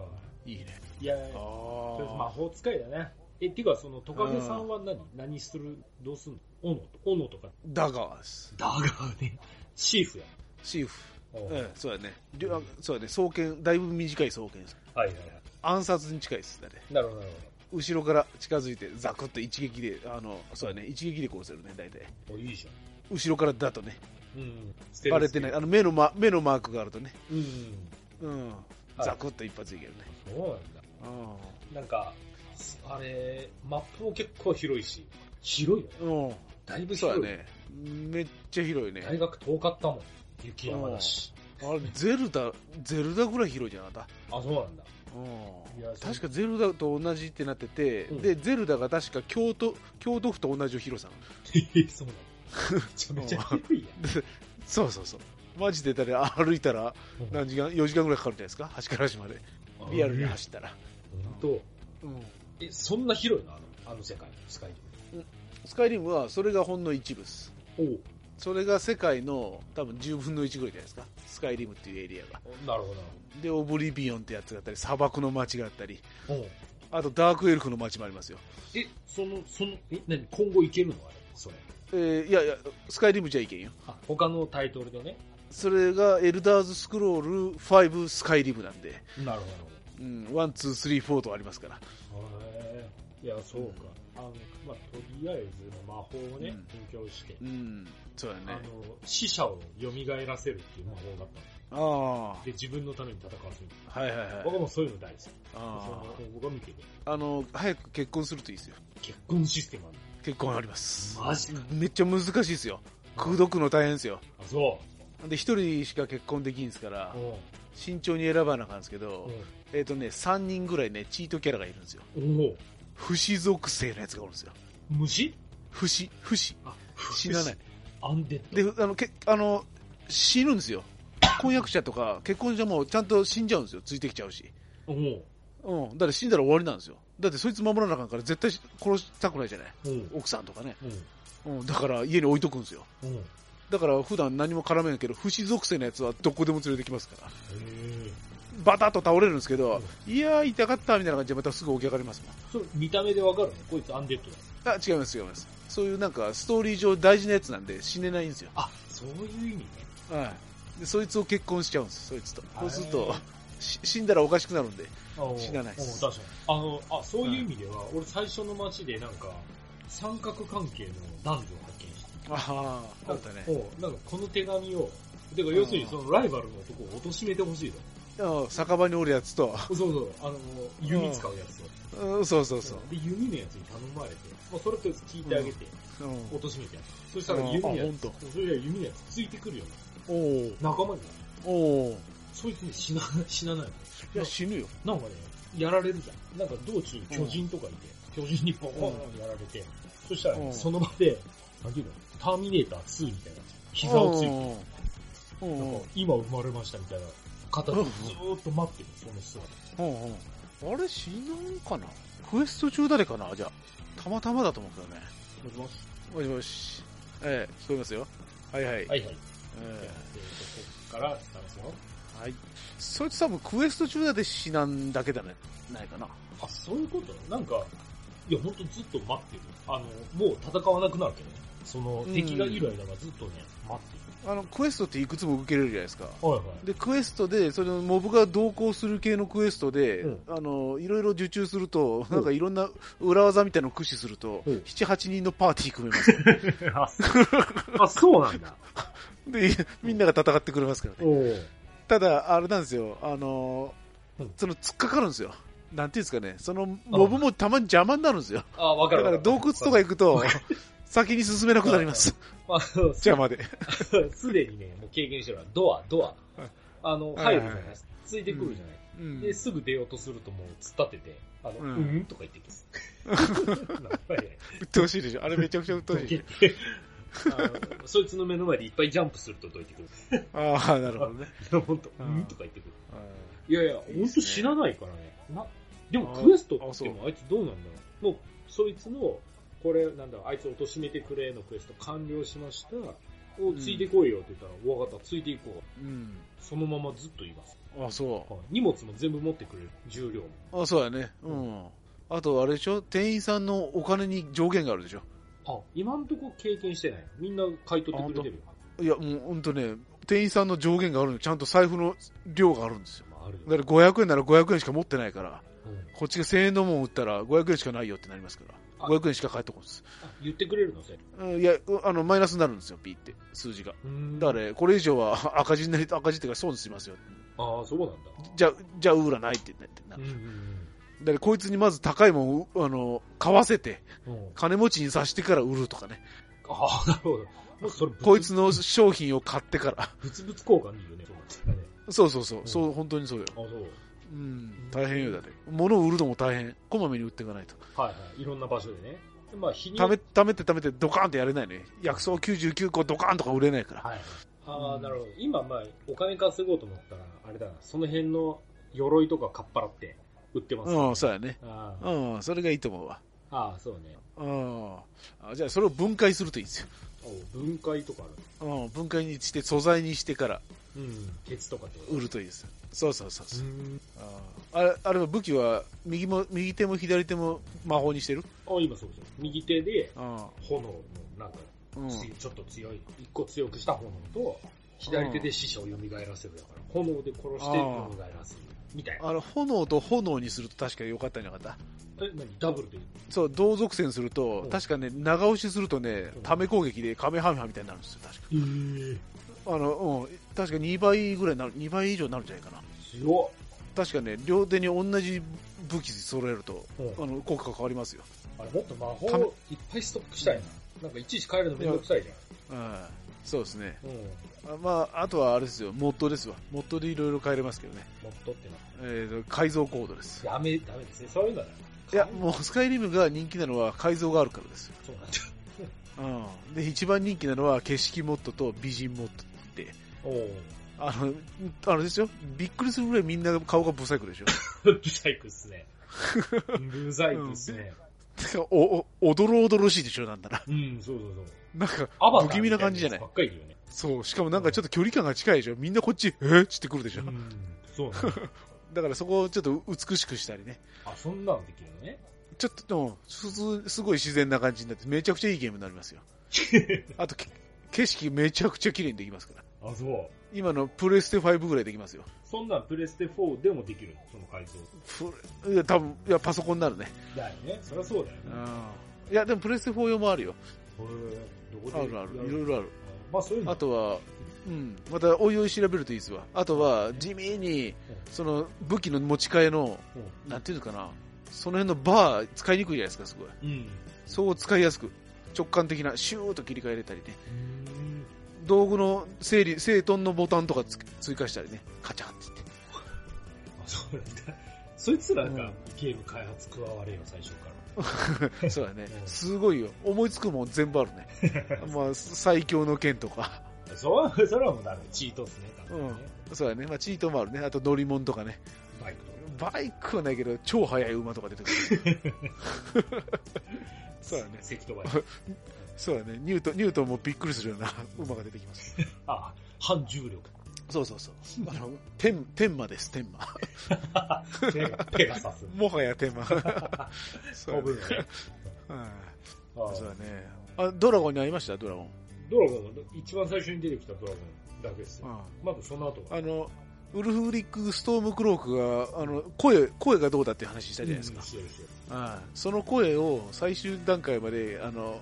[SPEAKER 1] いいね。
[SPEAKER 2] いや、あ魔法使いだね。え、っていうか、その、トカゲさんは何何するどうすんの斧と、斧とか。
[SPEAKER 1] ダガーです。
[SPEAKER 2] ダガーね。シーフや。
[SPEAKER 1] シーフ。うん、そうだね。そうだね。双剣、だいぶ短い双剣
[SPEAKER 2] はいはいはい。
[SPEAKER 1] 暗殺に近いですね。
[SPEAKER 2] なるほど、なるほど。
[SPEAKER 1] 後ろから近づいて、ザクッと一撃で、あの、そうだね、一撃で殺せるね、大体。
[SPEAKER 2] いいじゃん。
[SPEAKER 1] 後ろからだとね、うん、バレてない、あの目の、ま、目のマークがあるとね、うん、うん、ザクッと一発いけるね。
[SPEAKER 2] そうなんだ。うん。なんか、あれ、マップも結構広いし、広いよね。うん。だいぶ広い。そうだね。
[SPEAKER 1] めっちゃ広いね。
[SPEAKER 2] 大学遠かったもん、雪山だし。
[SPEAKER 1] あれ、ゼルダ、ゼルダぐらい広いじゃなか
[SPEAKER 2] ったあ、そうなんだ。
[SPEAKER 1] 確かゼルダと同じってなってて、うん、でゼルダが確か京都京都府と同じ広さ
[SPEAKER 2] なの そうなのめちゃめちゃ広いや
[SPEAKER 1] そうそうそうマジでだ、ね、歩いたら 何時間、うん、4時間ぐらいかかるんじゃないですか端から端までリアルに走ったら
[SPEAKER 2] 本当、うん、えそんな広いのあのあの世界スカイリム、
[SPEAKER 1] スカイリムはそれがほんの一部ですおおそれが世界の多分10分の1ぐらいじゃないですか。スカイリムっていうエリアが。
[SPEAKER 2] なるほど。
[SPEAKER 1] で、オブリビオンってやつがあったり、砂漠の街があったり、あとダークエルフの街もありますよ。
[SPEAKER 2] え、その、その、え、何今後行けるのあれそれ。
[SPEAKER 1] えー、いやいや、スカイリムじゃいけんよ。
[SPEAKER 2] 他のタイトルでね。
[SPEAKER 1] それがエルダーズスクロール5スカイリムなんで。
[SPEAKER 2] なるほ
[SPEAKER 1] ど。うん、ワン、ツー、スリー、フォーとありますから。
[SPEAKER 2] へいや、そうか。あの、まあ、とりあえず魔法をね、勉強して、
[SPEAKER 1] うん、そうだね。
[SPEAKER 2] あの、死者を蘇らせるっていう魔法だったの。ああ。で、自分のために戦わせる。
[SPEAKER 1] はいはいはい。
[SPEAKER 2] 僕もそういうの大好き。ああ。僕が見てて。
[SPEAKER 1] あの、早く結婚するといいですよ。
[SPEAKER 2] 結婚システムある
[SPEAKER 1] 結婚あります。
[SPEAKER 2] マジか。
[SPEAKER 1] めっちゃ難しいですよ。口説くの大変ですよ。。
[SPEAKER 2] あ、そう
[SPEAKER 1] で、一人しか結婚できんですから、慎重に選ばなあかんですけど、えっ、とね、3人ぐらいね、チートキャラがいるんですよ。おお。不死属性のやつがおるんですよ。
[SPEAKER 2] 虫
[SPEAKER 1] 不死、不死。死なない。
[SPEAKER 2] アンデ
[SPEAKER 1] ッドであのけあの、死ぬんですよ。婚約者とか結婚者もちゃんと死んじゃうんですよ。ついてきちゃうし。
[SPEAKER 2] う,
[SPEAKER 1] うん。だって死んだら終わりなんですよ。だってそいつ守らなあかんから絶対殺したくないじゃない。奥さんとかね。うん。だから家に置いとくんですよ。うん。だから普段何も絡めんけど、不死属性のやつはどこでも連れてきますから。へバタッと倒れるんですけど、いやー、痛かったみたいな感じで、またすぐ起き上がります
[SPEAKER 2] もん。そ見た目でわかるのこいつアンデッド
[SPEAKER 1] だ。あ、違います、違います。そういうなんか、ストーリー上大事なやつなんで、死ねないんですよ。
[SPEAKER 2] あ、そういう意味ね。
[SPEAKER 1] はい。で、そいつを結婚しちゃうんです、そいつと。そうすると、死んだらおかしくなるんで、死なないです。。
[SPEAKER 2] 確かに。あの、あ、そういう意味では、俺最初の街でなんか、三角関係の男女を発見した
[SPEAKER 1] ああ、あったね。
[SPEAKER 2] おなんかこの手紙を、てか要するにそのライバルの男を貶めてほ しいと。
[SPEAKER 1] 酒場におるやつと。
[SPEAKER 2] そうそう、あの、弓使うやつ
[SPEAKER 1] を。うん、そうそうそう。
[SPEAKER 2] で、弓のやつに頼まれて、まあ、それと聞いてあげて、落としめてやつ。そしたら弓のやつ、それは弓のやつついてくるよ
[SPEAKER 1] うに
[SPEAKER 2] な仲間に
[SPEAKER 1] なる。お
[SPEAKER 2] そいつね、死な、死なない
[SPEAKER 1] いや、死ぬよ。
[SPEAKER 2] なんかね、やられるじゃん。なんか道中巨人とかいて、巨人にボコーンやられて、そしたら、ね、その場で、なんていうの、ターミネーター2みたいな。膝をついて。なんか今生まれましたみたいな。方とずーっと待ってる、その
[SPEAKER 1] 人は。うんうん。あれ死なんかなクエスト中誰かなじゃあ。たまたまだと思うけどね。
[SPEAKER 2] もしもし。
[SPEAKER 1] もしもし。ええー、聞こえますよ。はいはい。はい
[SPEAKER 2] はい。ええー、ここからスタートよ。
[SPEAKER 1] はい。そいつ多分クエスト中だって死なんだけだね。ないかな。
[SPEAKER 2] あ、そういうことなんか、いや、ほんとずっと待ってる。あの、もう戦わなくなるけどね。その敵がいる間はずっとね、待ってい
[SPEAKER 1] あのクエストっていくつも受けれるじゃないですか。
[SPEAKER 2] る。はいはい。
[SPEAKER 1] で、クエストで、そのモブが同行する系のクエストで、
[SPEAKER 2] うん
[SPEAKER 1] あの、いろいろ受注すると、
[SPEAKER 2] うん
[SPEAKER 1] なんかいろんな裏技みたいなの駆使すると、
[SPEAKER 2] うん
[SPEAKER 1] 7、8人のパーティー組めますよ。
[SPEAKER 2] あ、そうなんだ。
[SPEAKER 1] で、みんなが戦ってくれますからね。
[SPEAKER 2] おお。
[SPEAKER 1] ただ、あれなんですよ、あの
[SPEAKER 2] うん、
[SPEAKER 1] その突っかかるんですよ。なんていうんですかね、そのモブもたまに邪魔になるんですよ。
[SPEAKER 2] あ、わか
[SPEAKER 1] だ
[SPEAKER 2] る
[SPEAKER 1] から洞窟とか行くと、先に進めなくなります。
[SPEAKER 2] あの、
[SPEAKER 1] 邪魔で。
[SPEAKER 2] すでにね、もう経験してるわ。ドア、ドア。あの、入るじゃないですか。ついてくるじゃない。
[SPEAKER 1] うん
[SPEAKER 2] で、すぐ出ようとするともう突っ立てて、あの、う
[SPEAKER 1] うん
[SPEAKER 2] んとか言って きます。なんかね
[SPEAKER 1] うっとうしいでしょ。あれめちゃくちゃうっとうしい。
[SPEAKER 2] あのそいつの目の前でいっぱいジャンプするとどいてくる。
[SPEAKER 1] ああ、なるほ どね。
[SPEAKER 2] いや、ほんと、
[SPEAKER 1] う
[SPEAKER 2] うんんとか言ってくる。
[SPEAKER 1] うん
[SPEAKER 2] いやいや、
[SPEAKER 1] い
[SPEAKER 2] ほ
[SPEAKER 1] で
[SPEAKER 2] ん
[SPEAKER 1] す
[SPEAKER 2] と
[SPEAKER 1] ね
[SPEAKER 2] 死なないからね。な、でも
[SPEAKER 1] あ
[SPEAKER 2] クエスト
[SPEAKER 1] あ
[SPEAKER 2] っ
[SPEAKER 1] そ
[SPEAKER 2] て
[SPEAKER 1] う
[SPEAKER 2] もあいつどうなんだろう。もう、そいつの、これ、なんだろう、あいつを貶めてくれのクエスト完了しました。を
[SPEAKER 1] ん
[SPEAKER 2] ついてこいよって言ったら、わかった、ついていこう。
[SPEAKER 1] うん。
[SPEAKER 2] そのままずっといます。
[SPEAKER 1] あそ
[SPEAKER 2] はい荷物も全部持ってくれる。重量も。
[SPEAKER 1] う。あそうやね。うん。あと、あれでしょ店員さんのお金に上限があるでしょ
[SPEAKER 2] あ、今んとこ経験してない。みんな買い取ってくれてるよ。
[SPEAKER 1] いや、もうほんとね、店員さんの上限があるの。ちゃんと財布の量があるんですよ。
[SPEAKER 2] まあ、あるよ
[SPEAKER 1] だから500円なら500円しか持ってないから、
[SPEAKER 2] うん
[SPEAKER 1] こっちが1000円のもん売ったら500円しかないよってなりますから。
[SPEAKER 2] あ
[SPEAKER 1] 500円しか返ってこんです。
[SPEAKER 2] あ言ってくれるのそれ。
[SPEAKER 1] うんいや、あの、マイナスになるんですよ、ピーって、数字が。
[SPEAKER 2] うん
[SPEAKER 1] だからね、これ以上は 赤字になり、赤字っていうか損しますよ。
[SPEAKER 2] ああ、そうなんだ。
[SPEAKER 1] じゃ、じゃあ、ウーラないってなってな。
[SPEAKER 2] うんうん
[SPEAKER 1] だからこいつにまず高いもんを、あの、買わせて、
[SPEAKER 2] うん。うん
[SPEAKER 1] 金持ちにさしてから売るとかね。
[SPEAKER 2] ああ、なるほど。もうそれ、
[SPEAKER 1] こいつの商品を買ってから。
[SPEAKER 2] 物々交換でいいよね、そうなってきたね
[SPEAKER 1] そうそうそう、
[SPEAKER 2] うん
[SPEAKER 1] そう、本当にそうよ
[SPEAKER 2] あ。そう。
[SPEAKER 1] うん、大変よ、だって。物を売るのも大変。こまめに売っていかないと。
[SPEAKER 2] はいはい。いろんな場所でね。でまあ、日によ
[SPEAKER 1] 貯
[SPEAKER 2] っ
[SPEAKER 1] め、貯めて貯めてドカーンってやれないね。薬草99個ドカーンとか売れないから。
[SPEAKER 2] はい。ああ、なるほど。今、まあ、お金稼ごうと思ったら、あれだな、その辺の鎧とかかっぱらって売ってますね、
[SPEAKER 1] うん、そうやね。
[SPEAKER 2] あー
[SPEAKER 1] うん、それがいいと思うわ。
[SPEAKER 2] あー、そうね。
[SPEAKER 1] うん。あじゃあ、それを分解するといいですよ。
[SPEAKER 2] お分解とかある。
[SPEAKER 1] うん、分解にして、素材にしてから
[SPEAKER 2] うん。鉄とかってこと
[SPEAKER 1] 売るといいですよ。そうそうそうそうう。
[SPEAKER 2] ん。
[SPEAKER 1] あれ、あれは武器は、右も、右手も左手も魔法にしてる
[SPEAKER 2] あ、今そうそう。右手で、
[SPEAKER 1] あ
[SPEAKER 2] 炎の、なんか、
[SPEAKER 1] うん。
[SPEAKER 2] ついちょっと強い、一個強くした炎と、左手で死者を蘇らせるだから、炎で殺して蘇らせる。みたいな。
[SPEAKER 1] あの、炎と炎にすると確か良かったんじゃなかった
[SPEAKER 2] え、何ダブルで
[SPEAKER 1] そう、同属性にする
[SPEAKER 2] う
[SPEAKER 1] と
[SPEAKER 2] ん、
[SPEAKER 1] 確かね、長押しするとね
[SPEAKER 2] うん、
[SPEAKER 1] ため攻撃でカメハメハみたいになるんですよ、確か。
[SPEAKER 2] えー、
[SPEAKER 1] あの、うん、確か2倍ぐらいになる、2倍以上になるんじゃないかな。
[SPEAKER 2] 強っ。
[SPEAKER 1] 確かね、両手に同じ武器揃えると、
[SPEAKER 2] うん
[SPEAKER 1] あの、効果が変わりますよ。
[SPEAKER 2] あれもっと魔
[SPEAKER 1] ため
[SPEAKER 2] 法いっぱいストックしたいな。なんかいちいち変えるのめんどくさいじ
[SPEAKER 1] うん。そうですね。
[SPEAKER 2] ゃん。うん。も
[SPEAKER 1] あまあ、あとはあれですよ、モッドですわ。モッドでいろいろ変えれますけどね。
[SPEAKER 2] っとってな。
[SPEAKER 1] えーと、改造コードです。
[SPEAKER 2] やめ、ダメですね。そういうのはね。
[SPEAKER 1] いや、もうスカイリムが人気なのは改造があるからですよ。
[SPEAKER 2] そうなんだ。
[SPEAKER 1] うん。で、一番人気なのは景色モッドと美人モッドって。
[SPEAKER 2] おお。
[SPEAKER 1] あの、あれですよ。びっくりするぐらいみんな顔がブサイクでしょ。
[SPEAKER 2] ブサイクっすね。ブサイクっすね。
[SPEAKER 1] てか、 お、お、おどろおどろしいでしょ、なんだな。
[SPEAKER 2] うん、そうそうそう。
[SPEAKER 1] なんか、
[SPEAKER 2] アバター
[SPEAKER 1] 不気味な感じじゃない
[SPEAKER 2] みたなやつばっかりいるよね。
[SPEAKER 1] そう。しかもなんかちょっと距離感が近いでしょ。みんなこっち、えー、っつってくるでしょ。
[SPEAKER 2] うん、そうなんだ。
[SPEAKER 1] だからそこをちょっと美しくしたりね。
[SPEAKER 2] あ、そんなのできるのね。
[SPEAKER 1] ちょっと、うんすすごい自然な感じになって、めちゃくちゃいいゲームになり ますよ。あと、け景色めちゃくちゃ綺麗にできますから。
[SPEAKER 2] あ、そう。
[SPEAKER 1] 今のプレステ5ぐらいできますよ。
[SPEAKER 2] そんなんプレステ4でもできるのその改造。
[SPEAKER 1] プレいや、多分、いや、パソコンになるね。
[SPEAKER 2] だよね。そりゃそうだよね。
[SPEAKER 1] いや、でもプレステ4用もあるよ。
[SPEAKER 2] これ、どこ
[SPEAKER 1] あ
[SPEAKER 2] で
[SPEAKER 1] るある。
[SPEAKER 2] や
[SPEAKER 1] いろいろある。
[SPEAKER 2] まあそういうの。
[SPEAKER 1] あ、とは、うん。また、おいおい調べるといいですわ。あとは、地味に、その、武器の持ち替えの、
[SPEAKER 2] う
[SPEAKER 1] なんていうのかな。その辺のバー、使いにくいじゃないですか、すごい。
[SPEAKER 2] ん。うん。
[SPEAKER 1] そこを使いやすく、直感的な、シューッと切り替えれたりね。
[SPEAKER 2] うん
[SPEAKER 1] 道具の整理、整頓のボタンとかつ追加したりね、カチャンって言って。
[SPEAKER 2] あ、そうなんだ。そいつらが
[SPEAKER 1] うん
[SPEAKER 2] ゲーム開発加われよ、最初から。
[SPEAKER 1] そうだね
[SPEAKER 2] う。ん
[SPEAKER 1] すごいよ。思いつくもん全部あ るね。まあ、最強の剣とか。
[SPEAKER 2] そう、それはもうダメ。チートっすね、多分ね。
[SPEAKER 1] そうだね。まあ、チートもあるね。あと乗り物とかね。
[SPEAKER 2] バイクとか。
[SPEAKER 1] バイクはないけど、超速い馬とか出てくる。 そうだね
[SPEAKER 2] 赤道バイク。
[SPEAKER 1] そうだね。ニュートン、ニュートンもびっくりするような 馬が出てきます。
[SPEAKER 2] あ、反重力。
[SPEAKER 1] そうそうそう。あの、天、天馬です、天馬。
[SPEAKER 2] ペガペガサス。
[SPEAKER 1] もはや天馬。そう
[SPEAKER 2] 飛
[SPEAKER 1] だ
[SPEAKER 2] ぶ
[SPEAKER 1] ね
[SPEAKER 2] よね。
[SPEAKER 1] はい
[SPEAKER 2] あ
[SPEAKER 1] そうだね。あ、ドラゴンに会いましたドラゴン。
[SPEAKER 2] ドラゴンは、一番最初に出てきたドラゴンだけですよ。まずその後は。
[SPEAKER 1] あの、ウルフリック・ストームクロークが、あの、声、声がどうだって話したじゃないですか。うん、その声を最終段階まで、あの、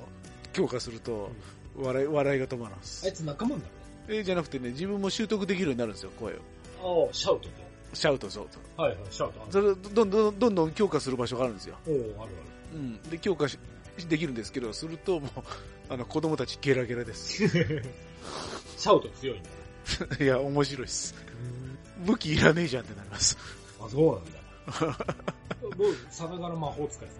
[SPEAKER 1] 強化すると、笑い、笑いが止まらんす。
[SPEAKER 2] あいつ仲間なんだね。
[SPEAKER 1] え、じゃなくてね、自分も習得できるようになるんですよ、声
[SPEAKER 2] を。ああ、シャウトと。
[SPEAKER 1] シャウト、そう
[SPEAKER 2] と。はいはい、シャウト。
[SPEAKER 1] それ、どんどん、どんどん強化する場所があるんですよ。
[SPEAKER 2] おおあるある。
[SPEAKER 1] うん。で、強化し、できるんですけど、するともう、あの、子供たちゲラゲラです。シ
[SPEAKER 2] ャウト強いんだ。
[SPEAKER 1] いや、面白いっす。武器いらねえじゃんってなります。
[SPEAKER 2] あ、そうな んだ。どうさながら魔法使いさ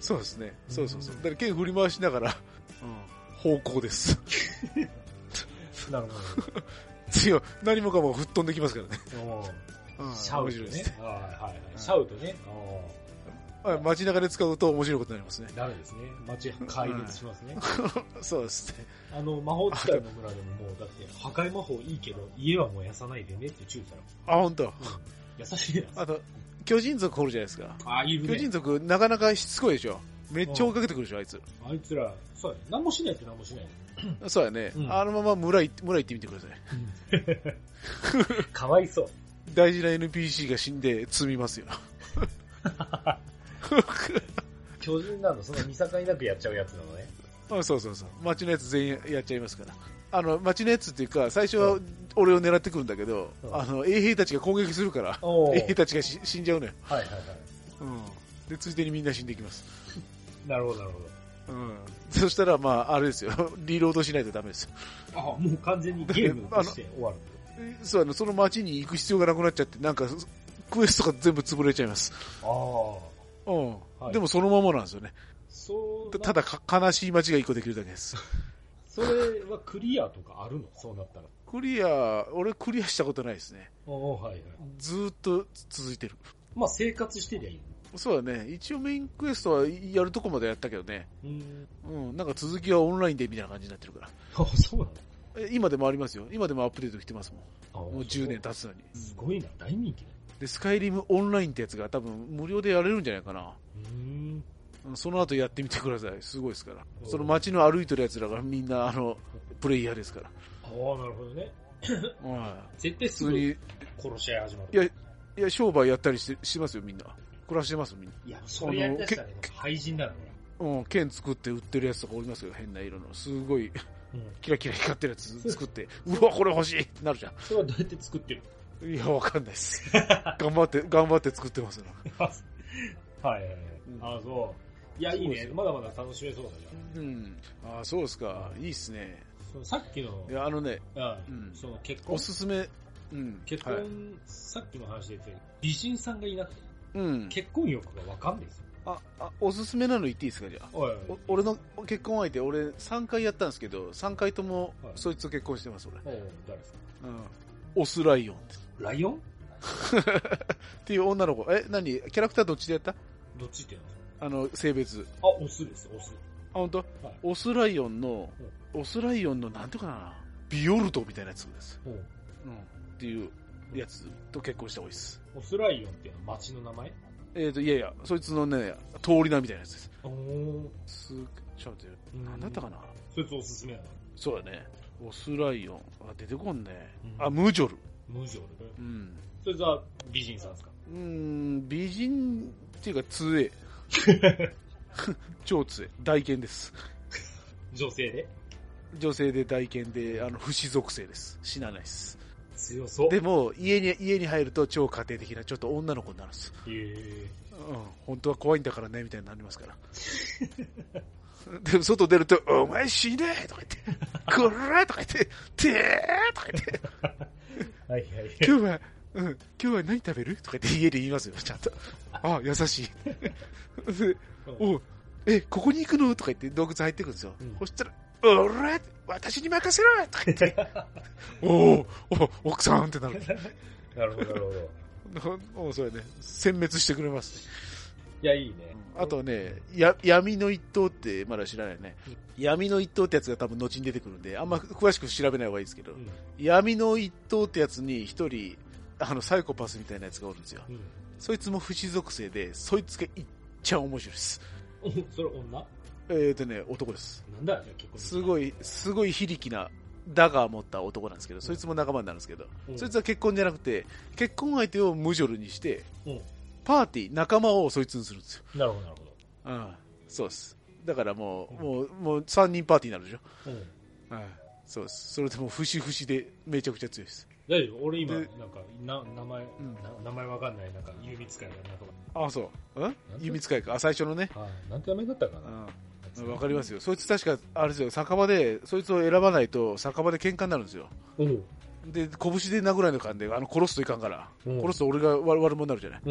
[SPEAKER 1] そうですね。そうそうそう。だから剣振り回しながら、うん、方向です。
[SPEAKER 2] なるほど。
[SPEAKER 1] 強い。何もかも吹っ飛んできますからね。
[SPEAKER 2] シャウトね。シャウトね。
[SPEAKER 1] 街中で使うと面白いことになりますね。
[SPEAKER 2] なるですね。街壊滅しますね。
[SPEAKER 1] そうですね。
[SPEAKER 2] あの、魔法使いの村でももう、だって、破壊魔法いいけど、家は燃やさないでねって注意したら。
[SPEAKER 1] あ、本当、うん、
[SPEAKER 2] 優しいな。
[SPEAKER 1] あと、巨人族掘るじゃないですか。
[SPEAKER 2] あ、いる、ね、
[SPEAKER 1] 巨人族、なかなかしつこいでしょ。めっちゃ追いかけてくるでしょ、あいつ。
[SPEAKER 2] あいつら、そうや、ね。何もしないって何もし ない。
[SPEAKER 1] そうやね。うん、あのまま村行村行ってみてくださ
[SPEAKER 2] い。かわいそう。
[SPEAKER 1] 大事な NPC が死んで積みますよ。
[SPEAKER 2] 巨人なの、その見境なくやっちゃうやつなのね。
[SPEAKER 1] あそうそうそう。町のやつ全員やっちゃいますから。あの、町のやつっていうか、最初は俺を狙ってくるんだけど、うん、あの、衛兵たちが攻撃するから、 衛兵たちが死んじゃうのよ。
[SPEAKER 2] はいはいはい。
[SPEAKER 1] うん。で、ついでにみんな死んでいきます。
[SPEAKER 2] なるほどなるほ
[SPEAKER 1] ど。うん。そしたら、まあ、あれですよ。 リロードしないとダメですよ。
[SPEAKER 2] あもう完全にゲームとして終わる。
[SPEAKER 1] そうあの、その町に行く必要がなくなっちゃって、なんか、クエストが全部潰れちゃいます。
[SPEAKER 2] ああ。
[SPEAKER 1] うん、はい、でもそのままなんですよね。
[SPEAKER 2] そう
[SPEAKER 1] ただ悲しい街が一個できるだけです。
[SPEAKER 2] それはクリアとかあるの そうなったら。
[SPEAKER 1] クリア、俺クリアしたことないですね。
[SPEAKER 2] おはいはい、
[SPEAKER 1] ずっと続いてる。
[SPEAKER 2] まあ生活してりゃいい。
[SPEAKER 1] そうだね。一応メインクエストはやるとこまでやったけどね。うん。うん。なんか続きはオンラインでみたいな感じになってるから。
[SPEAKER 2] あ、そうなの
[SPEAKER 1] 今でもありますよ。今でもアップデート来てますもん。あもう10年経つのに。
[SPEAKER 2] すごいな。大人気だ
[SPEAKER 1] で、スカイリムオンラインってやつが多分無料でやれるんじゃないかな。その後やってみてください。すごいですから。その街の歩いてるやつらがみんな、あの、プレイヤーですから。
[SPEAKER 2] ああ、なるほどね。はい。絶対すぐに殺し合い始ま
[SPEAKER 1] る。いや、いや、商売やったりしてしますよ、みんな。暮らしてますみんな。
[SPEAKER 2] いや、それやりだしたら、ね、廃人だな、
[SPEAKER 1] うん、剣作って売ってるやつとかおりますよ、変な色の。すごい、キラキラ光ってるやつ作って、 うわ、これ欲しいってなるじゃん。
[SPEAKER 2] それはどうやって作ってる
[SPEAKER 1] いや、わかんないです。頑張って、頑張って作ってますな。
[SPEAKER 2] はいはいはい。あそう。いや、いいね。まだまだ楽しめそうだ
[SPEAKER 1] じゃん。うん。あそうですか。いいっすね。
[SPEAKER 2] さっきの、
[SPEAKER 1] いや、あのね、
[SPEAKER 2] うん、その結婚。
[SPEAKER 1] おすすめ、うん。
[SPEAKER 2] 結婚、さっきの話で言って美人さんがいなくて、
[SPEAKER 1] うん。
[SPEAKER 2] 結婚欲がわかんないですよ。
[SPEAKER 1] あ、あ、おすすめなの言っていいですか、じゃあ。俺の結婚相手、俺3回やったんですけど、3回とも、そいつと結婚してます、
[SPEAKER 2] 俺。誰ですかうん。
[SPEAKER 1] オスライオン
[SPEAKER 2] ライオン
[SPEAKER 1] っていう女の子。え、何キャラクターどっちでやった
[SPEAKER 2] どっちって
[SPEAKER 1] あの、性別。
[SPEAKER 2] あ、オスです、オス。
[SPEAKER 1] あ、本当、はい、オスライオンの、オスライオンの、なんていうかな、ビオルドみたいなやつです。
[SPEAKER 2] う,うん。
[SPEAKER 1] っていうやつと結婚した方がいいです。
[SPEAKER 2] オスライオンっていうのは町の名前
[SPEAKER 1] えっ、と、いやいや、そいつのね、通り名みたいなやつです。
[SPEAKER 2] おー。
[SPEAKER 1] すちょっと待って、なんだったかな
[SPEAKER 2] そいつおすすめやな。
[SPEAKER 1] そうだね。オスライオン。あ、出てこんね。あ、ムジョル。
[SPEAKER 2] ムジョル。
[SPEAKER 1] うん。
[SPEAKER 2] それは美人さんですか
[SPEAKER 1] うん、美人っていうか、強え。超強え。大剣です。
[SPEAKER 2] 女性で
[SPEAKER 1] 女性で大剣で、あの、不死属性です。死なないです。
[SPEAKER 2] 強そう。
[SPEAKER 1] でも、家に、家に入ると超家庭的な、ちょっと女の子になるんです。
[SPEAKER 2] へえ。
[SPEAKER 1] うん、本当は怖いんだからね、みたいになりますから。で、外出ると、お前死ねとか言って、こらとか言って、てーとか言って、
[SPEAKER 2] はいはい、
[SPEAKER 1] 今日は、うん、今日は何食べるとか言って家で言いますよ、ちゃんと。あ、優しい。 おえ、ここに行くのとか言って洞窟入ってくるんですよ。うん、そしたら、おら私に任せろとか言って、 おお奥さんってなる。
[SPEAKER 2] なるほど、なる
[SPEAKER 1] ほど。おそれね、殲滅してくれます、
[SPEAKER 2] いや、いいね。
[SPEAKER 1] あとね、や、闇の一党ってまだ知らないね。闇の一党ってやつが多分後に出てくるんで、あんま詳しく調べない方がいいですけど、うん、闇の一党ってやつに一人、あの、サイコパスみたいなやつがおるんですよ。うん、そいつも不死属性で、そいつがいっちゃ面白いです。
[SPEAKER 2] それ女
[SPEAKER 1] えーとね、男です。
[SPEAKER 2] なんだじゃ結構。
[SPEAKER 1] すごい、すごい非力なダガー持った男なんですけど、そいつも仲間になるんですけど、うん、そいつは結婚じゃなくて、結婚相手をムジョルにして、うん、パーティー、仲間をそいつにするんですよ。
[SPEAKER 2] なるほど、なるほ
[SPEAKER 1] ど。うん、そうです。だからもう、うん、もう、もう3人パーティーになるでしょ。うん。そうです。それでも、節々でめちゃくちゃ強いです。
[SPEAKER 2] 大丈夫俺今、なんか、な名前、名前わかんない、なんか、弓使いがなんとか。
[SPEAKER 1] あ、そう。うん弓使いか。あ、最初のね。
[SPEAKER 2] はい。なんて名前だったかな。
[SPEAKER 1] わかりますよ、そいつ確か、あれですよ、酒場で、そいつを選ばないと、酒場で喧嘩になるんですよ。で、拳で殴らないのかんで、あの殺すといかんから、殺すと俺が悪者になるじゃない。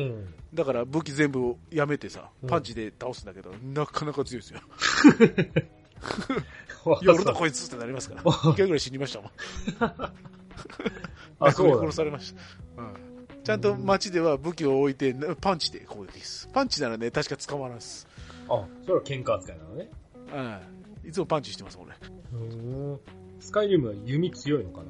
[SPEAKER 1] だから武器全部やめてさ、パンチで倒すんだけど、なかなか強い ですよ。夜だこいつってなります から、1回ぐらい死にましたもん。あ、そう殺されました。うんちゃんと街では武器を置いて、パンチで攻撃です。パンチならね、確か捕まらんです。
[SPEAKER 2] あ、それは喧嘩扱いなのね。
[SPEAKER 1] うん。いつもパンチしてます、俺。
[SPEAKER 2] うん。スカイリムは弓強いのか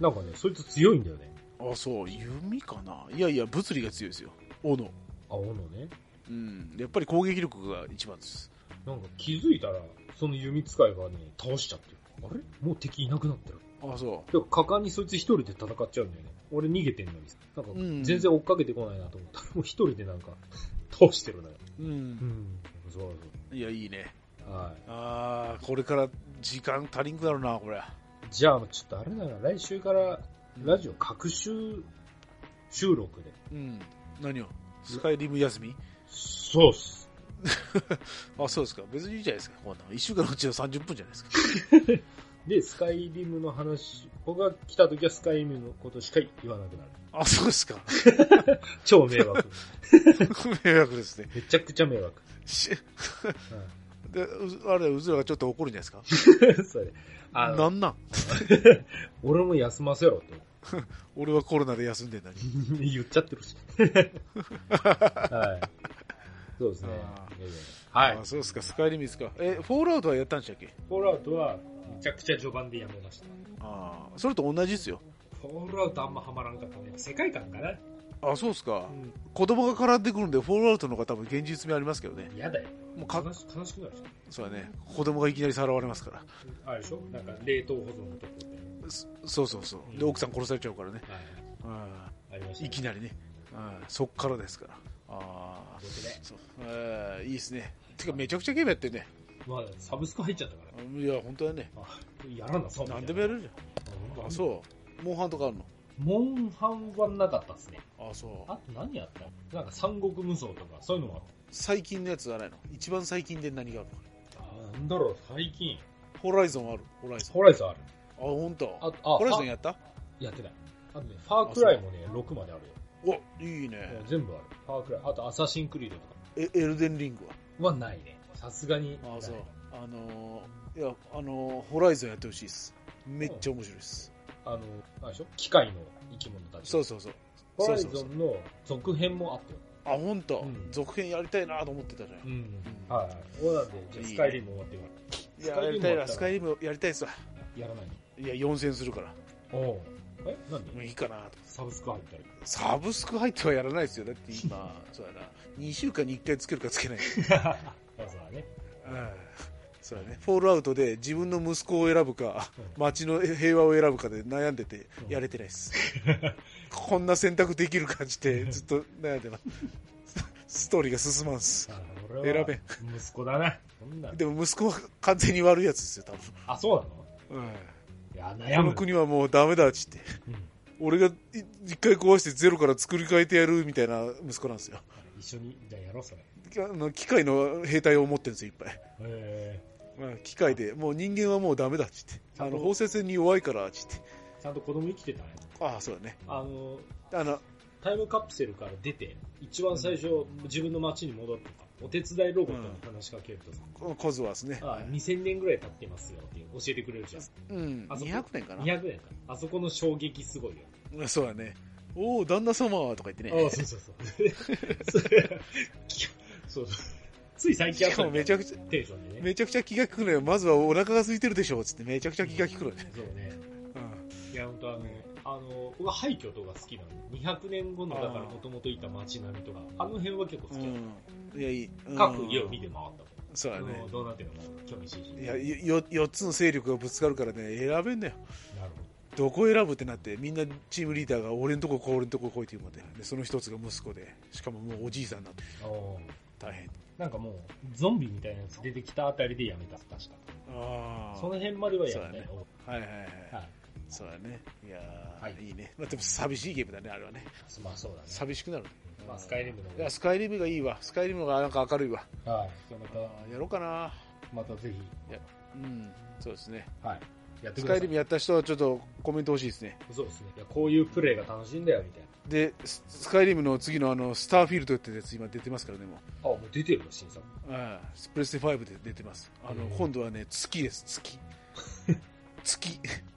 [SPEAKER 2] ななんかね、そいつ強いんだよね。
[SPEAKER 1] あ、そう、弓かないやいや、物理が強いですよ。斧。あ、
[SPEAKER 2] 斧ね。
[SPEAKER 1] うん。やっぱり攻撃力が一番です。
[SPEAKER 2] なんか気づいたら、その弓使いがね、倒しちゃってあれもう敵いなくなってる。。
[SPEAKER 1] あ、そう
[SPEAKER 2] でも果敢にそいつ一人で戦っちゃうんだよね。俺逃げてんのになんか全然追っかけてこないなと思ったら、うん、 もう一人でなんか、倒してるのよ。
[SPEAKER 1] うん。うん。
[SPEAKER 2] そう
[SPEAKER 1] そう。いや、いいね。
[SPEAKER 2] はい。
[SPEAKER 1] ああ、これから時間足りんくなるな、これ。
[SPEAKER 2] じゃあ、ちょっとあれだな、来週からラジオ各週収録で。
[SPEAKER 1] うん。何をスカイリム休み
[SPEAKER 2] そうっす。
[SPEAKER 1] あ、そうですか。別にいいじゃないですか、こんなの。1週間のうちの30分じゃない
[SPEAKER 2] ですか。で、スカイリムの話、僕が来た時はスカイリムのことしか言わなくなる。
[SPEAKER 1] あ、そうですか。
[SPEAKER 2] 超迷惑。
[SPEAKER 1] 迷惑ですね。
[SPEAKER 2] めちゃくちゃ迷惑。
[SPEAKER 1] うん、であれ、うずらがちょっと怒るんじゃない
[SPEAKER 2] ですか。 それ。
[SPEAKER 1] あなんなん
[SPEAKER 2] 俺も休ませろ
[SPEAKER 1] と。俺はコロナで休んでんだに。
[SPEAKER 2] 言っちゃってるし。はい。そうですね。はい。
[SPEAKER 1] そうですか、スカイリミですか。え、フォールアウトはやったんでしたっけ
[SPEAKER 2] フォールアウトは、めちゃくちゃ序盤でやめました。
[SPEAKER 1] ああ、それと同じですよ。
[SPEAKER 2] フォールアウトあんまはまらんかったね。世界観かな。
[SPEAKER 1] あ、そうっすか。うん、子供が絡んでくるんで、フォールアウトの方が多分現実味ありますけどね。
[SPEAKER 2] 嫌だよ。もうか悲し悲しくなる
[SPEAKER 1] そうだね。子供がいきなりさらわれますから。
[SPEAKER 2] あれでしょなんか冷凍保存のとこ
[SPEAKER 1] ろで。そうそうそう。で、奥さん殺されちゃうからね。
[SPEAKER 2] はい。ありました、
[SPEAKER 1] いきなりね。あそっからですから。ああ。
[SPEAKER 2] そう
[SPEAKER 1] あ。いいですね。てか、めちゃくちゃゲームやってね。
[SPEAKER 2] まあ、サブスク入っちゃったから。
[SPEAKER 1] いや、本当だね。
[SPEAKER 2] やらな、
[SPEAKER 1] そう。何でもやるじゃん。あ、そう。モンハンとかあるの
[SPEAKER 2] モンハンはなかったっすね。。
[SPEAKER 1] あ、そう
[SPEAKER 2] あと何やったなんか三国無双とか、そういうのもあった。
[SPEAKER 1] 最近のやつはないの一番最近で何がある
[SPEAKER 2] のなんだろう、最近。
[SPEAKER 1] ホライゾンある。ホライゾン。
[SPEAKER 2] ホライゾンある。
[SPEAKER 1] あ、本当。あ、あ、ホライゾンやった
[SPEAKER 2] やってない。あとね、ファークライもね、6まであ
[SPEAKER 1] るよ。お、いいね。
[SPEAKER 2] 全部ある。ファークライ。あと、アサシンクリードとか。
[SPEAKER 1] え、エルデンリング
[SPEAKER 2] ははないね。さすがに。
[SPEAKER 1] あ、そう。あのー、いや、あのー、ホライゾンやってほしいです。めっちゃ面白いです。
[SPEAKER 2] あの、あれでしょ機械の生き物たち。
[SPEAKER 1] そうそうそう。
[SPEAKER 2] ホライゾンの続編もあったよ。。
[SPEAKER 1] あ、本当、うん、続編やりたいなと思ってたじゃん。うん
[SPEAKER 2] はい。そうなんで、じゃスカイリム終わって
[SPEAKER 1] から。いや、やりたいな、スカイリムやりたいっすわ。
[SPEAKER 2] やらない
[SPEAKER 1] のいや、4000するから。
[SPEAKER 2] おお。えなんでも
[SPEAKER 1] ういいかなと。
[SPEAKER 2] サブスク入ったり。
[SPEAKER 1] サブスク入ってはやらないですよ。だって 今、そうやな。2週間に1回つけるかつけない。
[SPEAKER 2] そうだね。
[SPEAKER 1] うん。そうだね、フォールアウトで自分の息子を選ぶか、町の平和を選ぶかで悩んでて、やれてないです。こんな選択できる感じで、ずっと悩んでます。ストーリーが進まんす。選べ
[SPEAKER 2] 息子だな。
[SPEAKER 1] でも息子は完全に悪いやつですよ、多分。
[SPEAKER 2] あ、そう
[SPEAKER 1] なのうん。
[SPEAKER 2] いや、悩む。この
[SPEAKER 1] 国はもうダメだっちって。俺が一回壊してゼロから作り変えてやるみたいな息子なんですよ。
[SPEAKER 2] 一緒に、じゃあやろう、それ。
[SPEAKER 1] あの機械の兵隊を持ってるんですよ、いっぱい。
[SPEAKER 2] へ
[SPEAKER 1] 機械で、もう人間はもうダメだっつって。あの、放射線に弱いからっつって。
[SPEAKER 2] ちゃんと子供生きてたね。
[SPEAKER 1] ああ、そうだね。
[SPEAKER 2] あの、
[SPEAKER 1] あの、
[SPEAKER 2] タイムカプセルから出て、一番最初、自分の街に戻ったお手伝いロボットに話しかけると、
[SPEAKER 1] うん、コズワースね。
[SPEAKER 2] ああ、2000年ぐらい経ってますよって教えてくれるじゃん。
[SPEAKER 1] うん、200年かな。
[SPEAKER 2] 200年か。あそこの衝撃すごい
[SPEAKER 1] よ。そうだね。おお、旦那様とか言ってね。
[SPEAKER 2] ああ、そう そうそう。 そうそう。つい最近あった
[SPEAKER 1] めちゃくちゃ、
[SPEAKER 2] テンションでね。
[SPEAKER 1] めちゃくちゃ気が利くのよ。まずはお腹が空いてるでしょ、つってめちゃくちゃ気が利くのよ。
[SPEAKER 2] そうね。うん。いや、本当あの、あの、僕は廃墟とか好きなの。200年後の、だからもともといた街並みとか、あの辺は結構好きなの。
[SPEAKER 1] いや、いい。
[SPEAKER 2] 各家を見て回ったもん。
[SPEAKER 1] そうだね。
[SPEAKER 2] どうなってるのか興味津々。
[SPEAKER 1] いや、よ4つの勢力がぶつかるからね、選べんだよ。
[SPEAKER 2] なるほ
[SPEAKER 1] どこ選ぶってなって、みんなチームリーダーが俺んとここ、俺んとこ来いって言うまで。で、その一つが息子で、しかももうおじいさんになって、
[SPEAKER 2] ど。おー
[SPEAKER 1] 大変。
[SPEAKER 2] なんかもう、ゾンビみたいなやつ出てきたあたりでやめた、確か。
[SPEAKER 1] ああ。
[SPEAKER 2] その辺まではやめ
[SPEAKER 1] そうだ
[SPEAKER 2] たよ。
[SPEAKER 1] はいはいはい。
[SPEAKER 2] はい。
[SPEAKER 1] そうだね。いやー、
[SPEAKER 2] はい
[SPEAKER 1] い、いね。まあ、でも寂しいゲームだね、あれはね。
[SPEAKER 2] まあそうだね。
[SPEAKER 1] 寂しくなるね。
[SPEAKER 2] まあスカイリムの
[SPEAKER 1] いや、スカイリムがいいわ。スカイリムがなんか明るいわ。
[SPEAKER 2] はい。じゃあま
[SPEAKER 1] あーやろうかな。
[SPEAKER 2] た、またぜひ。
[SPEAKER 1] うん、そうですね。
[SPEAKER 2] はい。やって
[SPEAKER 1] ス
[SPEAKER 2] くだ
[SPEAKER 1] カ
[SPEAKER 2] さい。
[SPEAKER 1] イリムやった人はちょっとコメント欲しいですね。
[SPEAKER 2] そうですね。いや、こういうプレイが楽しいんだよ、みたいな。
[SPEAKER 1] で、ススカイリムの次のあの、スターフィールドってやつ今出てますからね、もう。
[SPEAKER 2] あ、もう出てるの、新作。
[SPEAKER 1] ああプレステ5で出てます。あの、
[SPEAKER 2] うん
[SPEAKER 1] 今度はね、月です、 月。月。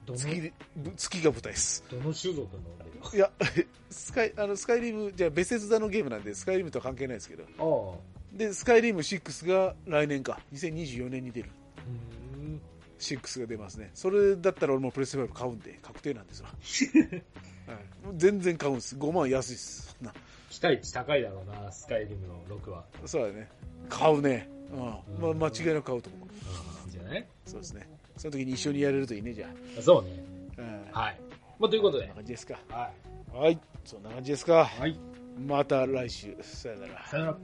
[SPEAKER 2] どの、
[SPEAKER 1] 月で、月が舞台です。
[SPEAKER 2] どの種族のあれよ
[SPEAKER 1] いや、 スカイ、あの、スカイリム、じゃあ、ベセズダのゲームなんで、スカイリムとは関係ないですけど。
[SPEAKER 2] ああ。
[SPEAKER 1] で、スカイリム6が来年か。2024年に出る。
[SPEAKER 2] うーん。
[SPEAKER 1] 6が出ますね。それだったら俺もプレステ5買うんで、確定なんですわ。 はい全然買うんです。5万安いです。そんな
[SPEAKER 2] 期待値高いだろうな、スカイリムの6は。
[SPEAKER 1] そうだね。買うね。うん。まあ、間違いなく買うと思う。
[SPEAKER 2] うん、じゃない
[SPEAKER 1] そうですね。その時に一緒にやれるといいね、じゃ
[SPEAKER 2] そうね。
[SPEAKER 1] あ。うん。こ
[SPEAKER 2] はい。まあ、ということ
[SPEAKER 1] ん
[SPEAKER 2] で
[SPEAKER 1] な。感じですか。
[SPEAKER 2] は
[SPEAKER 1] はい、そんな感じですか。
[SPEAKER 2] い。はい。
[SPEAKER 1] また来週。さよなら。
[SPEAKER 2] さよなら。